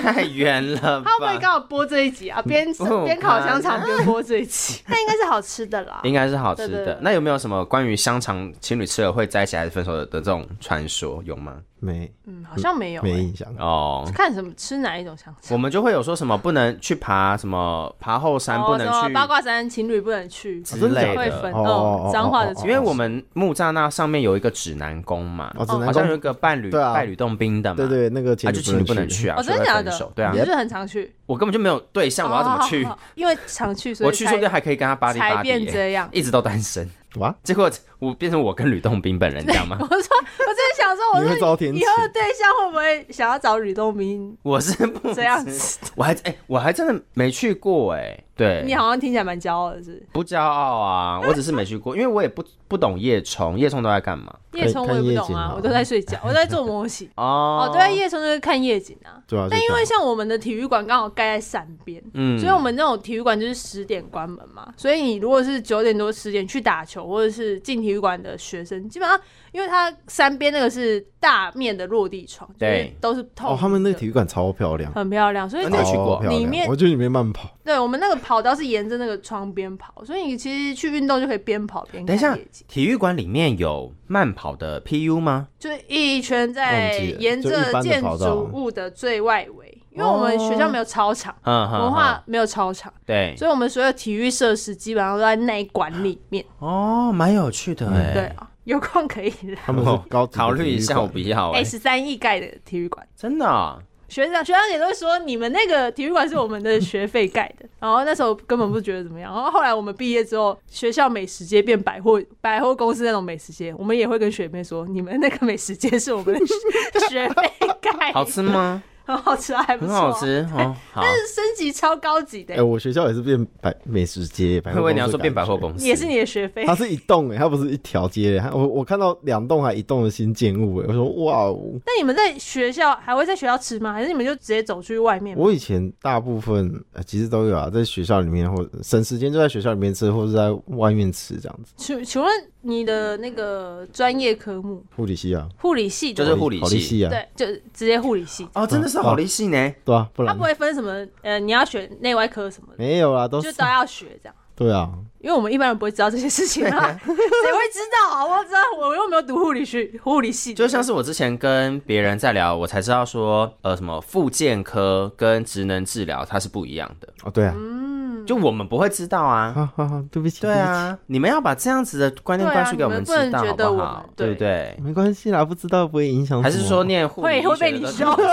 S2: 太远了吧
S3: 他？会不会刚好播这一集啊？边
S2: 不
S3: 边烤香肠边播这一集，那应该是好吃的啦。
S2: 应该是好吃
S3: 对对
S2: 的
S3: 对。
S2: 那有没有什么关于香肠情侣吃了会在一起还是分手的这种传说有吗？
S1: 没
S3: 嗯，好像没有、
S1: 没
S3: 欸。
S1: 印象。
S2: 哦，
S3: 看什么吃哪一种香肠？
S2: 我们就会有说什么不能去爬什么爬后山，不能
S3: 哦什么
S2: 去
S3: 八卦山情侣不能去，
S2: 之类
S3: 会
S2: 的
S3: 分。
S1: 哦哦
S3: 哦
S1: 哦，
S3: 脏话的
S1: 哦
S2: 因为我们木栅那上面有一个指南宫嘛，
S1: 哦，只
S2: 好
S1: 能
S2: 像
S1: 讲
S2: 有一个伴侣
S1: 对啊
S2: 伴侣冻冰的嘛，
S1: 对对，那个
S2: 啊
S1: 前
S2: 就
S1: 女
S2: 情侣不能。去啊，
S3: 哦，真
S2: 所
S3: 的
S2: 以
S3: 假
S2: 会分
S3: 的
S2: 手？对啊
S3: 你，是不是很常去？
S2: 我根本就没有对象，我要怎么去
S3: 哦？好好好因为常去，所以
S2: 我去说不定
S3: 才
S2: 还可以跟他巴黎
S3: 才
S2: 巴
S3: 变
S2: 黎，欸
S3: 这样。 (laughs)
S2: 一直都单身，
S1: 哇，
S3: 哦
S2: 结果我变成我跟吕洞宾本人这样吗
S3: (laughs) 我？说，我真的想说，我
S1: 你会
S3: 说
S1: 遭天
S3: 以
S1: 谴。
S3: 后的对象会不会想要找吕洞宾
S2: 我是不
S3: 这样子？
S2: 我还哎、我还真的没去过哎、对，
S3: 你好像听起来蛮骄傲的，是
S2: 不骄傲啊，我只是没去过，因为我也不不懂夜冲，夜冲都在干嘛？
S3: 不是夜冲我也
S1: 看夜
S3: 不
S1: 景
S3: 懂啊
S1: 嘛，
S3: 我都在睡觉，我在做模型。
S2: 哦
S3: 哦，对啊，夜冲就是看夜景啊。
S1: 对啊，
S3: 但
S1: 就
S3: 因
S1: 这
S3: 为
S1: 样
S3: 像我们的体育馆刚好盖在山边，
S2: 嗯
S3: 所以我们那种体育馆就是十点关门嘛，所以你如果是九点多十点去打球，或者是进体育馆的学生，基本上因为它山边那个是大面的落地窗，就是
S2: 对
S3: 都是透明的，
S1: 哦，他们那个体育馆超漂亮，
S3: 很漂亮，所以
S1: 啊
S2: 那
S3: 这
S2: 你有去过
S1: 超漂亮
S3: 里面
S1: 我去里面慢跑，
S3: 对我们那个跑道是沿着那个窗边跑，所以你其实去运动就可以边跑边
S2: 等一下
S3: 看夜景，，
S2: 体育馆里面有慢跑的 PU 吗？
S3: 就是一圈在
S1: 忘记了
S3: 沿
S1: 就一
S3: 着
S1: 般的
S3: 建
S1: 跑道
S3: 筑物的最外围，因为我们学校没有操场，
S2: 嗯，哼
S1: 哦
S3: 文
S2: 哼
S3: 化没有操场。
S1: 嗯
S2: 对
S3: 所以我们所有体育设施基本上都在那一馆里面。
S2: 哦，蛮有趣的哎、
S3: 对啊，有空可以来。
S1: 他们是高级的
S2: 哦考虑一
S1: 体育
S2: 下，
S1: 馆
S2: 我不要哎、
S3: 哎，十三亿盖的体育馆，
S2: 真的啊、
S3: 学长学长姐都说你们那个体育馆是我们的学费盖的， (laughs) 然后那时候根本不觉得怎么样。然后后来我们毕业之后，学校美食街变百货百货公司那种美食街，我们也会跟学妹说，你们那个美食街是我们的学 (laughs) 学费盖的，
S2: 好吃吗？
S3: 很好吃啊，还哎不
S2: 很
S3: 错，
S2: 好，吃哦，好。
S3: 升级超高级的
S1: 哎，，我学校也是变百美食街，百
S2: 会不
S1: 货
S2: 会你要
S1: 公司
S2: 说变百货
S1: 感
S2: 公司？
S3: 也是你的学费
S1: 觉？它是一栋哎，它不是一条街，它我我看到两栋还一栋的新建物哎，我说哇哦，
S3: 那你们在学校还会在学校吃吗？还是你们就直接走出去外面？
S1: 我以前大部分呃其实都有啊，在学校里面或省时间就在学校里面吃，或是在外面吃这样子。
S3: 请请问你的那个专业科目
S1: 护理系啊，
S3: 护理系的
S2: 就是护理系
S1: 好利息啊，
S3: 对，就直接护理系，
S2: 哦，真的是好利哎息呢。
S1: 对啊，不
S3: 它
S1: 然
S3: 不会分什么呃，你要学内外科什么的，
S1: 没有啊啦，都
S3: 就是都要学这样。
S1: 对啊，
S3: 因为我们一般人不会知道这些事情
S2: (laughs)
S3: 啊，谁会知道啊？我知道我又没有读护理系，护理系
S2: 就像是我之前跟别人在聊，我才知道说，呃，什么复健科跟职能治疗它是不一样的，
S1: 哦对啊，
S3: 嗯
S2: 就我们不会知道啊。
S1: 哈哈 (laughs) 哈，对不起，
S2: 对啊，你们要把这样子的观念
S3: 对啊
S2: 灌输给我们
S3: 你们
S2: 知
S3: 不能
S2: 道，
S3: 觉
S2: 好
S3: 得
S2: 不
S3: 我
S2: 好
S3: 们？
S2: 对不对
S1: 对不起，？没关系啦，不知道不会影响什么，
S2: 还是说念护理
S3: 会
S2: 医学
S3: 会被
S2: 的
S3: 你
S2: 都是
S3: 凶，会 (laughs) 被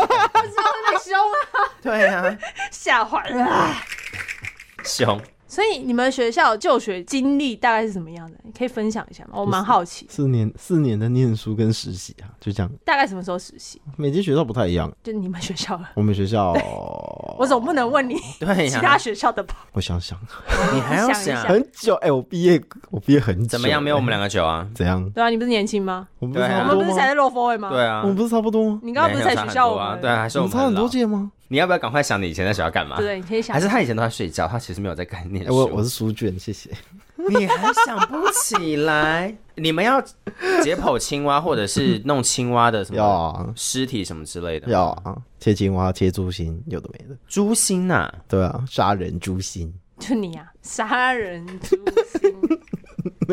S3: 凶啊，
S2: 对
S1: (laughs)
S2: 啊，
S3: 吓坏了。
S2: 凶。
S3: 所以你们学校就学经历大概是什么样的？你可以分享一下吗？我蛮好奇，
S1: 四年四年的念书跟实习啊，就这样，
S3: 大概什么时候实习？
S1: 每间学校不太一样。
S3: 就你们学校
S2: (laughs)
S3: 了，
S1: 我们学校， (laughs)
S3: 我总不能问你
S2: 哦对
S3: 其
S2: 呀、
S3: 他学校
S2: (laughs)
S3: 的吧？
S1: 我想想，
S2: 你还要
S3: 想一下
S2: 想
S1: 很久哎、我毕业我毕业很久，哎
S2: 怎么样？没有我们两个久
S3: (laughs)
S2: 啊？
S1: 怎样？
S3: 对啊，你不是年轻吗？
S1: 我们不是
S2: 对啊
S1: 差
S3: 我
S1: 不
S3: 们
S1: 多
S3: 不是才
S1: 吗？
S3: 在洛佛会吗？
S2: 对
S1: 我
S2: 啊
S1: 们，不是差不多吗？
S3: 你刚刚不是在学校
S2: 没有差很多
S3: 我
S2: 啊？
S3: 们？
S2: 对啊，还是
S1: 我
S2: 我
S1: 们
S2: 们
S1: 差很多
S2: 老
S1: 届吗？
S2: 你要不要赶快想你以前在学校干嘛？
S3: 对你先想
S2: 还。是他以前都在睡觉，他其实没有在干念
S1: 哎、
S2: 书。
S1: 我我是书卷，谢谢。
S2: 你还想不起来？你们要解剖青蛙，或者是弄青蛙的什
S1: (laughs) 要
S2: 么
S1: 啊
S2: 尸体什么之类的？
S1: 要啊，切青蛙、切猪心，有的没的。
S2: 猪心呐、啊，
S1: 对啊，杀人诛心。
S3: 就你啊，杀人诛心。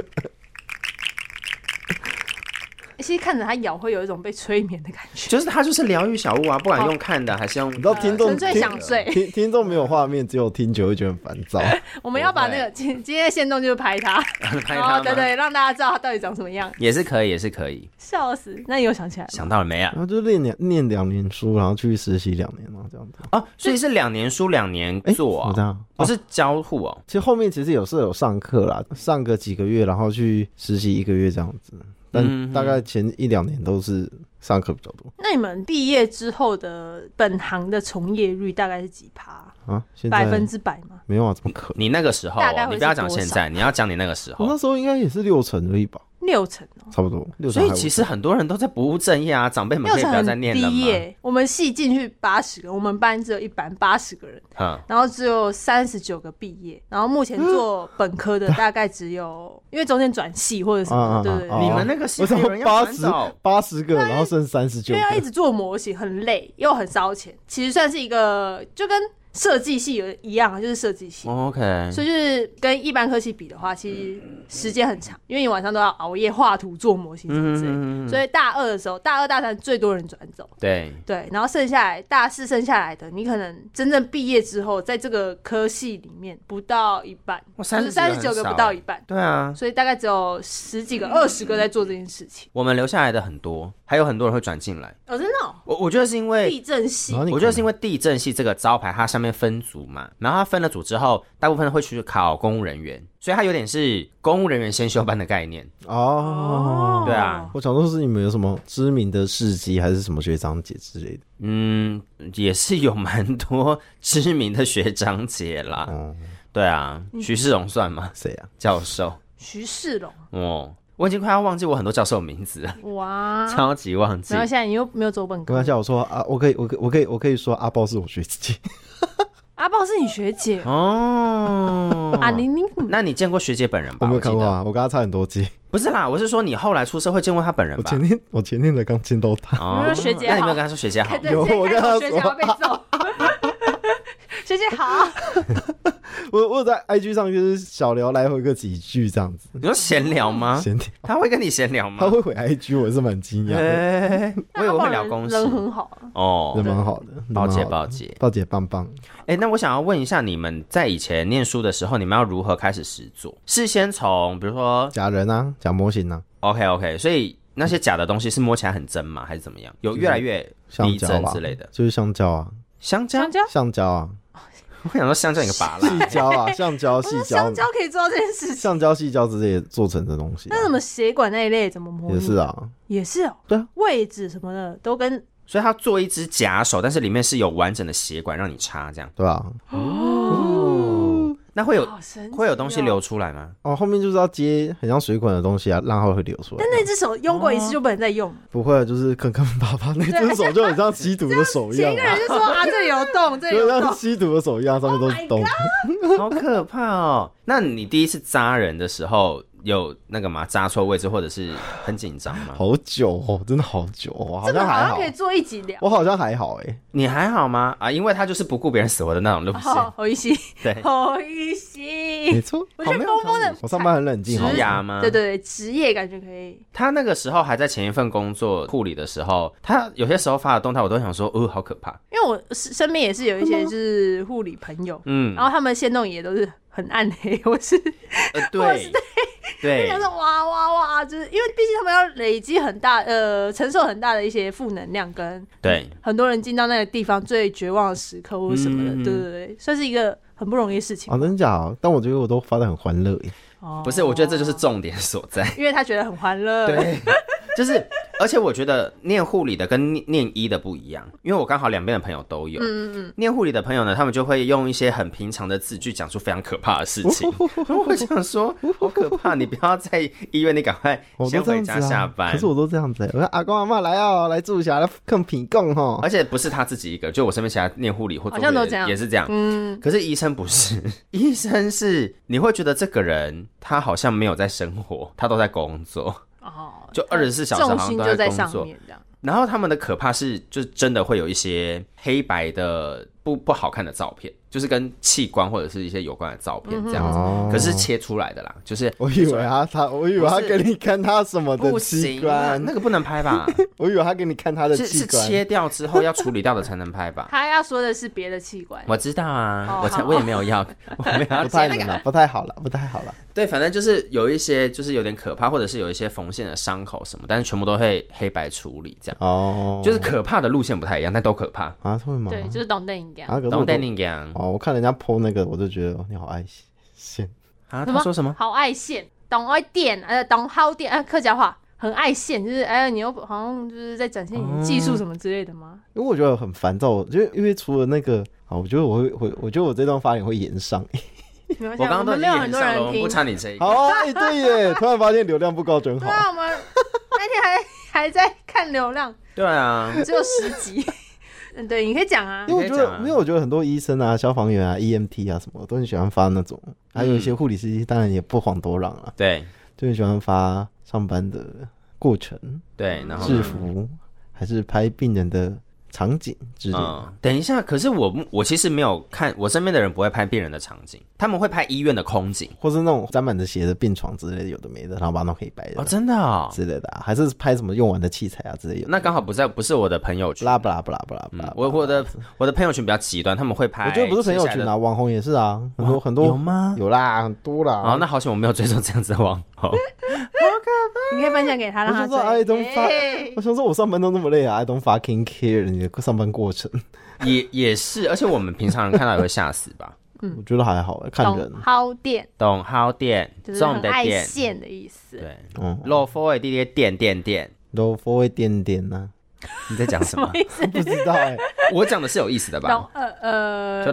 S3: (laughs) 其实看着它咬，会有一种被催眠的感觉，
S2: 就是它就是疗愈小物啊，不管用看的还是用
S1: 你知道听众
S3: 纯粹
S1: 听
S3: 想睡。
S1: 听听众没有画面，只有听久会觉得很烦躁。
S3: 我们要把那个今今天的线动就是拍它，
S2: (laughs) 拍
S3: 然
S2: 它
S3: 后
S2: 吗
S3: 哦对对，让大家知道它到底长什么样，
S2: 也是可以，也是可以。
S3: 笑死。那你有想起来吗？
S2: 想到了没啊
S1: 然？后就念两念两年书，然后去实习两年嘛，这样子。
S2: 哦，所以是两年书两年
S1: 哎、
S2: 做
S1: 我
S2: 啊、
S1: 嗯这样。
S2: 不是交互哦。
S1: 其实后面其实有是有上课啦，上个几个月，然后去实习一个月这样子。
S2: 嗯
S1: 但大概前一两年都是上课比较多
S3: 那你们毕业之后的本行的从业率大概是几趴？
S1: 啊。现在
S3: 百分之百吗？
S1: 没有啊，怎么可能？
S2: 你那个时候
S3: 大概
S2: 哦，
S3: 会
S2: 你不要
S3: 是
S2: 讲
S3: 多
S2: 现
S3: 少
S2: 在，你要讲你那个时
S1: 我
S2: 候
S1: 那。时候应该也是六成而已吧？
S3: 六成哦、
S1: 差不多六成
S2: 所
S1: 还
S2: 以
S1: 五成。
S2: 其实很多人都在不务正业啊，长辈们
S3: 六
S2: 可以
S3: 成
S2: 不要再
S3: 很
S2: 念了
S3: 低
S2: 吗？
S3: 耶、我们系进去八十个，我们班只有一班八十个人，
S2: 哈，
S3: 然后只有三十九个毕业，然后目前做本科的大概只有，因为中间转系或者什么，
S1: 啊
S3: 对
S1: 啊
S3: 对
S1: 啊
S3: 对
S1: 啊。
S2: 你们那个
S1: (laughs)
S2: 系
S1: 为什
S2: 还有
S1: 么
S2: 人要
S1: 八
S2: 转
S1: 十
S2: 走
S1: 八十个，然后剩三十九
S3: 啊因为要一
S1: 个？
S3: 直做模型，很累又很烧钱，其实算是一个就跟设计系有一样，啊就是设计系，
S2: 哦？OK，
S3: 所以就是跟一般科系比的话，其实时间很长，因为你晚上都要熬夜画图、做模型什么之类的。
S2: 嗯，
S3: 所以大二的时候，大二大三最多人转走，
S2: 对，
S3: 对，然后剩下来大四剩下来的，你可能真正毕业之后，在这个科系里面不到一半，
S2: 哇
S3: 就是三十九个
S2: 很少
S3: 不到
S2: 欸
S3: 一半，
S2: 对啊，
S3: 所以大概只有十几个、二十个在做这件事情。
S2: 我们留下来的很多，还有很多人会转进来。
S3: 哦，真的、哦，
S2: 我我觉得是因为
S3: 地震系
S1: 然后你
S2: 我觉得是因为地震系这个招牌，它上面分组嘛，然后它分了组之后，大部分会去考公务人员，所以它有点是公务人员先修班的概念。
S1: 哦，
S2: 对啊，
S1: 我想说是你们有什么知名的事迹，还是什么学长姐之类的？
S2: 嗯，也是有蛮多知名的学长姐啦。
S1: 哦，
S2: 对啊，徐世荣算吗？
S1: 谁啊？
S2: 教授
S3: 徐世龙，
S2: 哦，我已经快要忘记我很多教授名字了，
S3: 哇，
S2: 超级忘记
S3: 然后。现在你又没有走本
S1: 开玩
S3: 科，
S1: 笑，我说啊，我可以，我可以，我可以，我可以说阿豹是我学姐。
S3: 阿豹是你学姐，
S2: 哦
S3: 啊，你你
S2: 那你见过学姐
S1: (laughs)
S2: 本人
S1: 我
S2: 吧？
S1: 没有
S2: 我记
S1: 看过
S2: 得
S1: (laughs) 啊，我跟他差很多届。
S2: 不是啦，我是说你后来出社会见过她本人
S1: 我
S2: 吧
S1: 前？天，我前天的刚见到他。
S2: 哦
S3: 我说学姐
S2: 那你
S3: 好
S2: 没有跟她说学姐好
S3: 看？这
S1: 有
S3: 直接
S1: 我
S3: 开
S1: 跟
S3: 口
S1: 他
S3: 学姐
S1: 说
S3: 要被揍，学姐好，
S1: (laughs) 我我有 (laughs) 在 IG 上就是小聊来回个几句这样子，
S2: 你说闲聊吗？
S1: (laughs) 闲聊。
S2: 他会跟你闲聊吗？
S1: 他会回 IG，我是蛮惊讶的，
S2: 哎我以为会聊公
S3: 那
S2: 司
S3: 阿豹人人很好啊，
S2: 哦
S1: 人。蛮好的。人蛮
S2: 抱
S1: 好
S2: 姐，
S1: 的
S2: 抱姐。
S1: 豹姐棒棒。
S2: 哎、那我想要问一下，你们在以前念书的时候，你们要如何开始实做？是先从比如说
S1: 假人啊，假模型啊，
S2: ，OK OK，所以那些假的东西是摸起来很真吗？还是怎么样？有越来越
S1: 橡
S2: 逼
S1: 胶
S2: 真
S1: 吧
S2: 之类的？
S1: 就是橡胶啊，
S2: 香蕉
S3: 香？蕉，
S1: 橡胶 (laughs) 啊，
S2: 我想说香蕉你个拔蜡。
S1: 细胶啊，橡胶、
S3: 我
S1: 细
S3: 说
S1: 胶
S3: 香、蕉可以做到这件事情，
S1: 橡胶、细胶之类做成的东西啊、
S3: 那什么血管那一类怎么模拟？
S1: 也是啊，
S3: 也是哦，
S1: 对啊，
S3: 位置什么的都跟
S2: 所以他做一只假手，但是里面是有完整的血管让你插，这样
S1: 对吧、
S2: 哦。那会有
S3: 好神奇哦
S2: 会有东西。流出来
S3: (laughs)
S2: 吗？
S1: 哦，后面就是要接很像水管的东西啊，让它会流出来
S3: 但。那只手用过一次就不能再用了。
S1: 不会，啊就是坑坑巴巴，那只手就很像吸毒的手一样
S3: 前一个
S1: 啊、
S3: 人就说啊，这里有洞，这里
S1: 就
S3: 有
S1: 像
S3: 洞。
S1: 吸毒的手一样，上面都是
S3: Oh
S1: 洞。
S2: 好可怕哦！那你第一次扎人的时候有那个吗？扎错位置或者是很紧张吗？
S1: 好久哦，真的好久哦，好
S3: 这个
S1: 像还
S3: 好像
S1: 好
S3: 可，以做一集聊。
S1: 我好像还好哎、
S3: (laughs)
S2: 你还好吗？啊，因为他就是不顾别人死活的那种路线，
S3: 好，侯一西，
S2: 对，
S3: 侯一
S1: 没
S3: 西，
S1: 错，
S3: 我觉
S2: 好没
S3: 得
S2: 有
S3: 峰峰
S2: 同
S3: 的
S2: 理
S1: 我上班很冷静，好
S2: 职
S1: 吗
S2: 涯吗？
S3: 对对对，职业感觉可以。
S2: 他那个时候还在前一份工作护理的时候，他有些时候发的动态我都想说，哦、好可怕。
S3: 因为我身身边也是有一些就是护理朋友，
S2: 嗯
S3: 然，后他们线动也都是很暗黑，我是
S2: 呃，对，对
S3: 就，是哇哇哇，就是因为毕竟他们要累积很大呃，承受很大的一些负能量跟
S2: 对，
S3: 很多人进到那个地方最绝望的时刻或者什么的，
S2: 嗯哦
S3: 对对对，算是一个很不容易的事情。
S1: 啊，真的假的？但我觉得我都发的很欢乐欸耶，
S3: 哦
S2: 不是，我觉得这就是重点所在。
S3: 因为他觉得很欢乐，
S2: 对， (laughs) 就是，而且我觉得念护理的跟念念医的不一样，因为我刚好两边的朋友都有。嗯嗯。念护理的朋友呢，他们就会用一些很平常的字句讲出非常可怕的事情。然后我想说，好可怕！你不要在医院，你赶快
S1: 我
S2: 先
S1: 都这
S2: 回
S1: 样子
S2: 家
S1: 啊。
S2: 下班。
S1: 可是我都这样子、欸，我说阿公阿妈来哦、来住一下，来啃品供吼。
S2: 而且不是他自己一个，就我身边其他念护理或
S3: 好像
S2: 做
S3: 都
S2: 护理
S3: 这样
S2: 也是这样。
S3: 嗯，
S2: 可是医生不是， (laughs) 医生是你会觉得这个人他好像没有在生活，他都在工作。
S3: 哦，
S2: 就24小时好
S3: 重
S2: 像
S3: 心
S2: 都在
S3: 就在
S2: 工
S3: 上
S2: 作
S3: 面这样。
S2: 然后他们的可怕是，就是真的会有一些黑白的不不好看的照片，就是跟器官或者是一些有关的照片这样子。
S1: 哦
S2: 可是切出来的啦，就是
S1: 我以为他他，我以为他
S2: 不是
S1: 给你看他什么哦的
S2: 不
S1: 器
S2: 行啊，
S1: 官， (laughs)
S2: 那个不能拍吧？
S1: 我以为他给你看他的
S2: 是
S1: 器
S2: 是
S1: 官。
S2: 切掉之后要处理掉的才能
S1: (laughs)
S2: 拍吧？
S3: 他要说的是别的器官，
S2: 我知道啊，
S3: 哦
S2: 我才
S3: 好
S2: 我也没有要， (laughs) 我没有要
S1: 不太
S2: 切那
S1: 能
S2: 个。
S1: 了，不太好了，不太好了。
S2: 对，反正就是有一些就是有点可怕，或者是有一些缝线的伤口什么，但是全部都会黑白处理，这样
S1: 哦，
S2: 就是可怕的路线不太一样，但都可怕。
S1: 啊，会吗？
S3: 对，就是董电影这样。
S1: 啊，可是
S2: 懂
S1: 我
S2: 带你讲
S1: 哦，我看人家 PO 那个，我就觉得哦你好爱惜。线
S2: 啊？
S3: 什
S2: 他
S3: 么
S2: 说什么？
S3: 好爱现，懂爱电，呃，懂好电，呃，客家话很爱现，就是哎，你又好像就是在展现你的技术什么之类的吗？
S1: 因为我觉得很烦躁，我觉得因为除了那个啊，我觉得我会会，我觉得我这段发言会延上，
S3: (laughs)
S1: (laughs)
S3: 没关系
S2: 我
S3: 啊，
S2: 刚刚
S3: 们
S2: 都已
S3: 没
S2: 经
S3: 有
S2: 演
S3: 很多
S2: 上了，
S3: 人
S2: 我们
S3: 听
S2: 不。差你这一个。
S1: 好，哎，对耶，突然发现流量不高真好
S3: 对。啊，我们那天还还在看流量，
S2: 对啊，
S3: 只有十集。 (laughs) 嗯，对，你可以讲
S2: (laughs)
S3: 啊。
S1: 因为我觉
S2: 你可以讲
S1: 得
S2: 啊，
S1: 因为我觉得很多医生啊、消防员啊、EMT 啊什么，都很喜欢发那种，还有一
S2: 嗯
S1: 些护理师，当然也不遑多让啊，
S2: 对
S1: 就很喜欢发上班的过程、
S2: 对，然后呢
S1: 制服，还是拍病人的场景之类的。
S2: 嗯，等一下，可是我我其实没有看，我身边的人不会拍病人的场景，他们会拍医院的空景
S1: 或是那种沾满着血的病床之类的，有的没的，然后把它弄黑白的、
S2: 哦，真的哦，
S1: 之类的、啊，还是拍什么用完的器材啊之类的。
S2: 那刚好不在，不是我的朋友圈，
S1: 拉不拉不拉不拉不拉
S2: 嗯，
S1: 不拉
S2: 我我的我的朋友圈比较极端，他们会拍，
S1: 啊我觉得不是朋友圈啊，网红也是啊，很多很多
S2: 有吗
S1: 有啊啦，很多啦。
S2: 哦，那好险我没有追踪这样子的网
S1: (laughs)
S2: 红，
S3: 你可以分享给他，
S1: 我
S3: 让他
S1: 就
S3: 追
S1: 说 I don't
S3: 哎
S1: fuck，我想说我上班都那么累啊，I don't fucking care 你的上班过程，
S2: 也也是，而且我们平常人看到也会吓死吧。
S1: 我觉得还好，看人
S3: 懂。薅店
S2: 懂好点，
S3: 就是
S2: 重
S3: 很
S2: 的
S3: 爱
S2: 点，
S3: 现的意思。
S2: 对，
S1: 嗯
S2: 落 f 的弟弟点点点，
S1: ，low for 一点点呢，
S2: 你在讲什么？
S1: 啊不知道 (laughs) 哎，
S2: (laughs) 我讲的是有意思的
S3: 懂
S2: 吧？
S3: 呃呃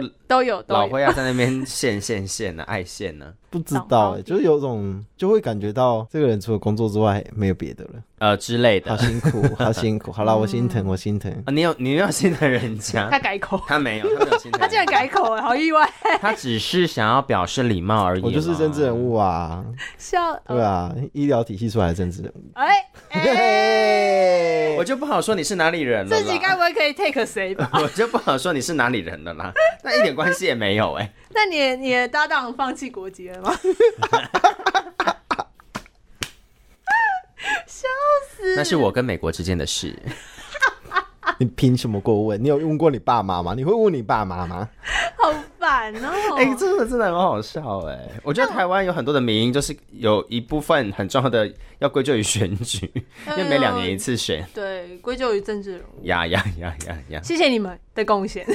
S2: 就，
S3: 都有都
S2: 老
S3: 有。
S2: 灰要在那边线线线呢，啊爱线呢，
S1: 不知道
S3: 懂
S1: 哎，就是有种就会感觉到这个人除了工作之外没有别的了，
S2: (laughs) 呃之类的
S1: 好。辛 (laughs) 苦，好辛苦。好啦，我心疼，我心疼
S2: 啊，。你有你没有心疼人家
S3: 他，改口，
S2: (laughs) 他没有，他没有心疼人家，
S3: 他竟然改口哎，好
S2: (laughs)
S3: 意外。
S2: 他只是想要表示礼貌而已。
S1: 我就是政治人，物啊，
S3: 笑
S1: 对啊，医疗体系出来的政治人物。
S3: 哎
S1: (laughs)
S2: 我就不好说你是哪里人了啦。
S3: 自己该不会可以 take 谁吧？
S2: (laughs) 我就不好说你是哪里人了
S3: (laughs)
S2: 啦，那一点关系也没有哎、
S3: 那你的你的搭档放弃国籍了吗？ (laughs)
S2: 那是我跟美国之间的事。
S1: 你凭什么过问？你有问过你爸妈吗？你会问你爸妈吗？
S3: 好烦哦！
S2: (laughs) 哎、真的真的很好笑哎、我觉得台湾有很多的民音，就是有一部分很重要的要归咎于选举，因
S3: 哎呦
S2: 为每两年一次选。
S3: 对，归咎于政治人物。
S2: 呀呀呀呀呀！
S3: 谢谢你们的
S2: (laughs)
S3: 贡献，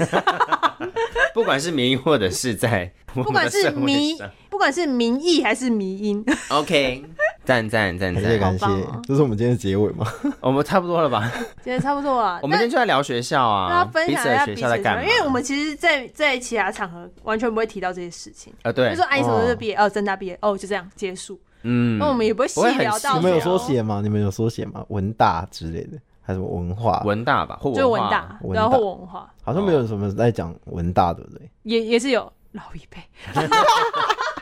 S2: 不管是民音或者是在我
S3: 不
S2: 们
S3: 管
S2: 的
S3: 是
S2: 社会
S3: 迷
S2: 上，
S3: 不管是民意还是迷音，
S2: ，OK，赞赞赞
S1: 还是
S2: 赞，
S1: 感谢
S3: 好棒哦，
S1: 这是我们今天的结尾吗？
S2: 我们差不多了吧？
S3: (laughs) 今天差不多了。
S2: (laughs) 我们今天就在聊学校
S3: 那那
S2: 啊，
S3: 分
S2: 彼
S3: 享
S2: 此
S3: 一
S2: 的学
S3: 下彼此
S2: 校在
S3: 的什
S2: 干
S3: 么？
S2: 嘛？
S3: 因为我们其实在，在其他场合完全不会提到这些事情，
S2: 啊，
S3: 就
S2: 对
S3: 说，哎，什么
S1: 哦
S3: 时候毕业？哦，真大毕业，哦，就这样结束。
S2: 嗯，
S3: 那我们也不会细
S2: 不会很
S3: 聊
S2: 细
S3: 到
S1: 你们有
S2: 聊
S1: 缩写吗？你们有缩写吗？文大之类的，还有什么文化？
S2: 文大吧，或
S3: 就文
S2: 化
S3: 大，
S1: 文
S3: 然
S1: 大
S3: 后文化
S1: 好像没有什么在讲文大，对不对？
S3: 也也是有老一辈，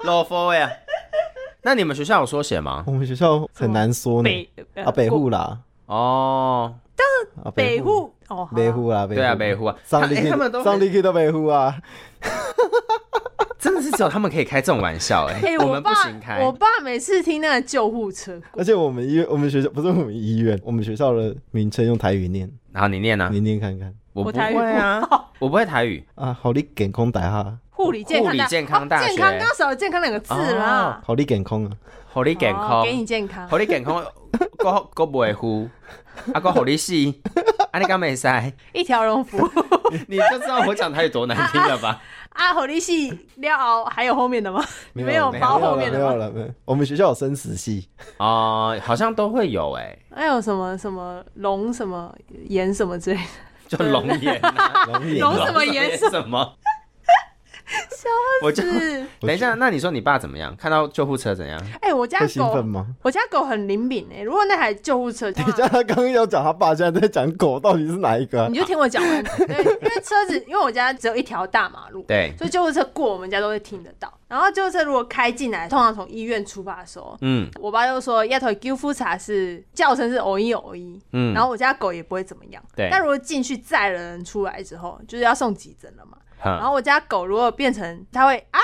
S2: 老 four 呀。那你们学校有缩写吗？
S1: 我们学校很难说呢。
S3: 北呃
S1: 啊，北
S3: 国
S1: 户啦，
S2: 哦，
S1: 啊，
S3: 北
S1: 户，
S3: 户哦，好啊
S1: 北户啦，
S2: 对啊，北。湖啊，
S1: 上力
S2: 哎
S1: 去，
S2: 他们都
S1: 上
S2: 很
S1: 力去到北户啊，
S2: 真的是只有他们可以开这种玩笑哎、
S3: (laughs) 哎，
S2: 我
S3: 我
S2: 们
S3: 爸
S2: 不行开。
S3: 我爸每次听那个救护车，
S1: 而且我们医院，我们学校不是我们医院，我们学校的名称用台语念，
S2: 然后你念呢
S1: 你？念看看
S2: 我不
S3: 我台语
S2: 会啊
S3: 不好，
S2: 我不会台语。
S1: 啊，好力健康大哈，
S3: 护理健康
S2: 护理
S3: 大
S2: 健康大
S3: 哦健
S2: 学
S3: 康刚刚少了健康两个字啦，
S1: 好力健康啊，
S2: 好你健
S3: 哦
S2: 康，
S3: 给你健康
S2: 好，你健 (laughs) 康，哥哥不会呼，啊哥好你死，啊你敢没塞？
S3: 一条龙服务 (laughs)
S2: 你就知道我讲台语多难听了 (laughs) 吧？
S3: 啊，火力系廖敖还有后面的吗？你们有
S1: 没
S3: 包
S1: 有
S3: 后
S1: 了，
S3: 面
S1: 没
S3: 的
S1: 有
S3: 吗？
S1: 了，没有。我们学校有生死系，
S2: 哦，好像都会有哎、
S3: 还有什么什么龙什么岩什么之类的，
S2: 就龙眼、啊。
S1: 龙眼
S3: 龙
S1: 啊
S3: 什么颜色
S2: 什么？我就是等一下，那你说你爸怎么样？看到救护车怎样？
S3: 哎，我家
S1: 会兴奋
S3: 狗，啊
S1: 吗？
S3: 我家狗很灵敏哎，如果那台救护车，
S1: 等一下，他刚刚要讲他爸，现在在讲狗，到底是哪一个啊
S3: 你？就听我讲完。对，因为车子，因为我家只有一条大马路，
S2: 对，
S3: 所以救护车过我们家都会听得到。然后救护车如果开进来，通常从医院出发的时候，
S2: 嗯
S3: 我爸就说丫头救护车是叫声是偶一偶一，
S2: 嗯，
S3: 然后我家狗也不会怎么样。
S2: 对
S3: 但如果进去载了人出来之后，就是要送急诊了嘛。然
S2: 哼
S3: 后我家狗如果变成它会啊，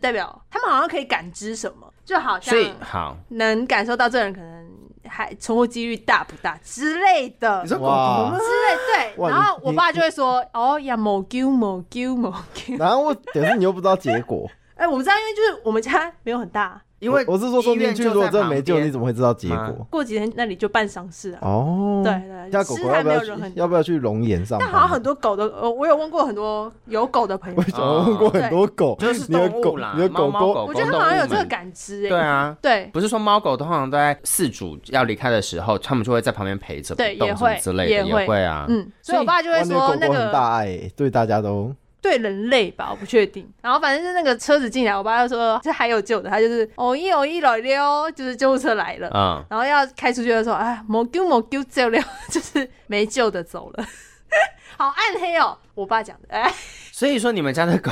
S3: 代表他们好像可以感知什么，就好像
S2: 所以好，
S3: 能感受到这个人可能还存活几率大不大之类的。
S2: 你说狗狗
S1: 哇
S2: 吗？
S3: 之类，对。
S1: 哇
S3: 然后
S1: 你
S3: 我
S1: 你
S3: 爸就会说：“哦呀，某 Q 某 Q 某 Q。
S1: 然后我，可是你又不知道结
S3: (laughs)
S1: 果。”
S3: 哎，我们家因为就是我们家没有很大，
S2: 因为
S1: 我我是说送
S2: 医院
S1: 进去，
S2: 就
S1: 如果
S2: 在
S1: 真的
S2: 旁
S1: 没救，
S2: 边
S1: 你怎么会知道结
S2: 吗
S1: 果？
S3: 过几天那里就办丧事啊。
S1: 哦，
S3: 对对
S1: 家狗狗
S3: 尸还
S1: 要不
S3: 没有
S1: 要
S3: 人
S1: 去
S3: 很
S1: 要不要去龙岩上班？
S3: 但好像很多狗的，呃，我有问过很多有狗的朋
S1: (laughs)
S3: 友
S1: 我，想问过很多狗，
S2: (laughs) 就是
S1: 你的
S2: 动物
S1: 狗
S2: 啦，
S1: 你的
S2: 猫
S1: 狗
S2: 猫
S1: 狗
S2: 狗
S3: 我觉得他们好像有这个感知
S2: 对
S3: 哎。
S2: 啊。
S3: 对
S2: 不是说猫狗通常都在饲主要离开的时候，他们就会在旁边陪着，
S3: 对，
S2: 不动
S3: 也
S2: 什么
S3: 会嗯
S2: 之类的，
S3: 也
S2: 也会啊。
S3: 嗯，所以我爸就会
S1: 哇你的
S3: 说
S1: 狗
S3: 那
S1: 狗很
S3: 个
S1: 大爱，对大家都
S3: 对人类吧，我不确定。然后反正是那个车子进来，我爸就说这还有救的，他就是哦一哦一老溜，就是救护车来
S1: 啊
S3: 了。
S2: 嗯，
S3: 然后要开出去的时候，哎，某丢某丢走了， (laughs) 就是没救的走了， (laughs) 好暗黑哦。我爸讲的，哎，
S2: 所以说你们家的狗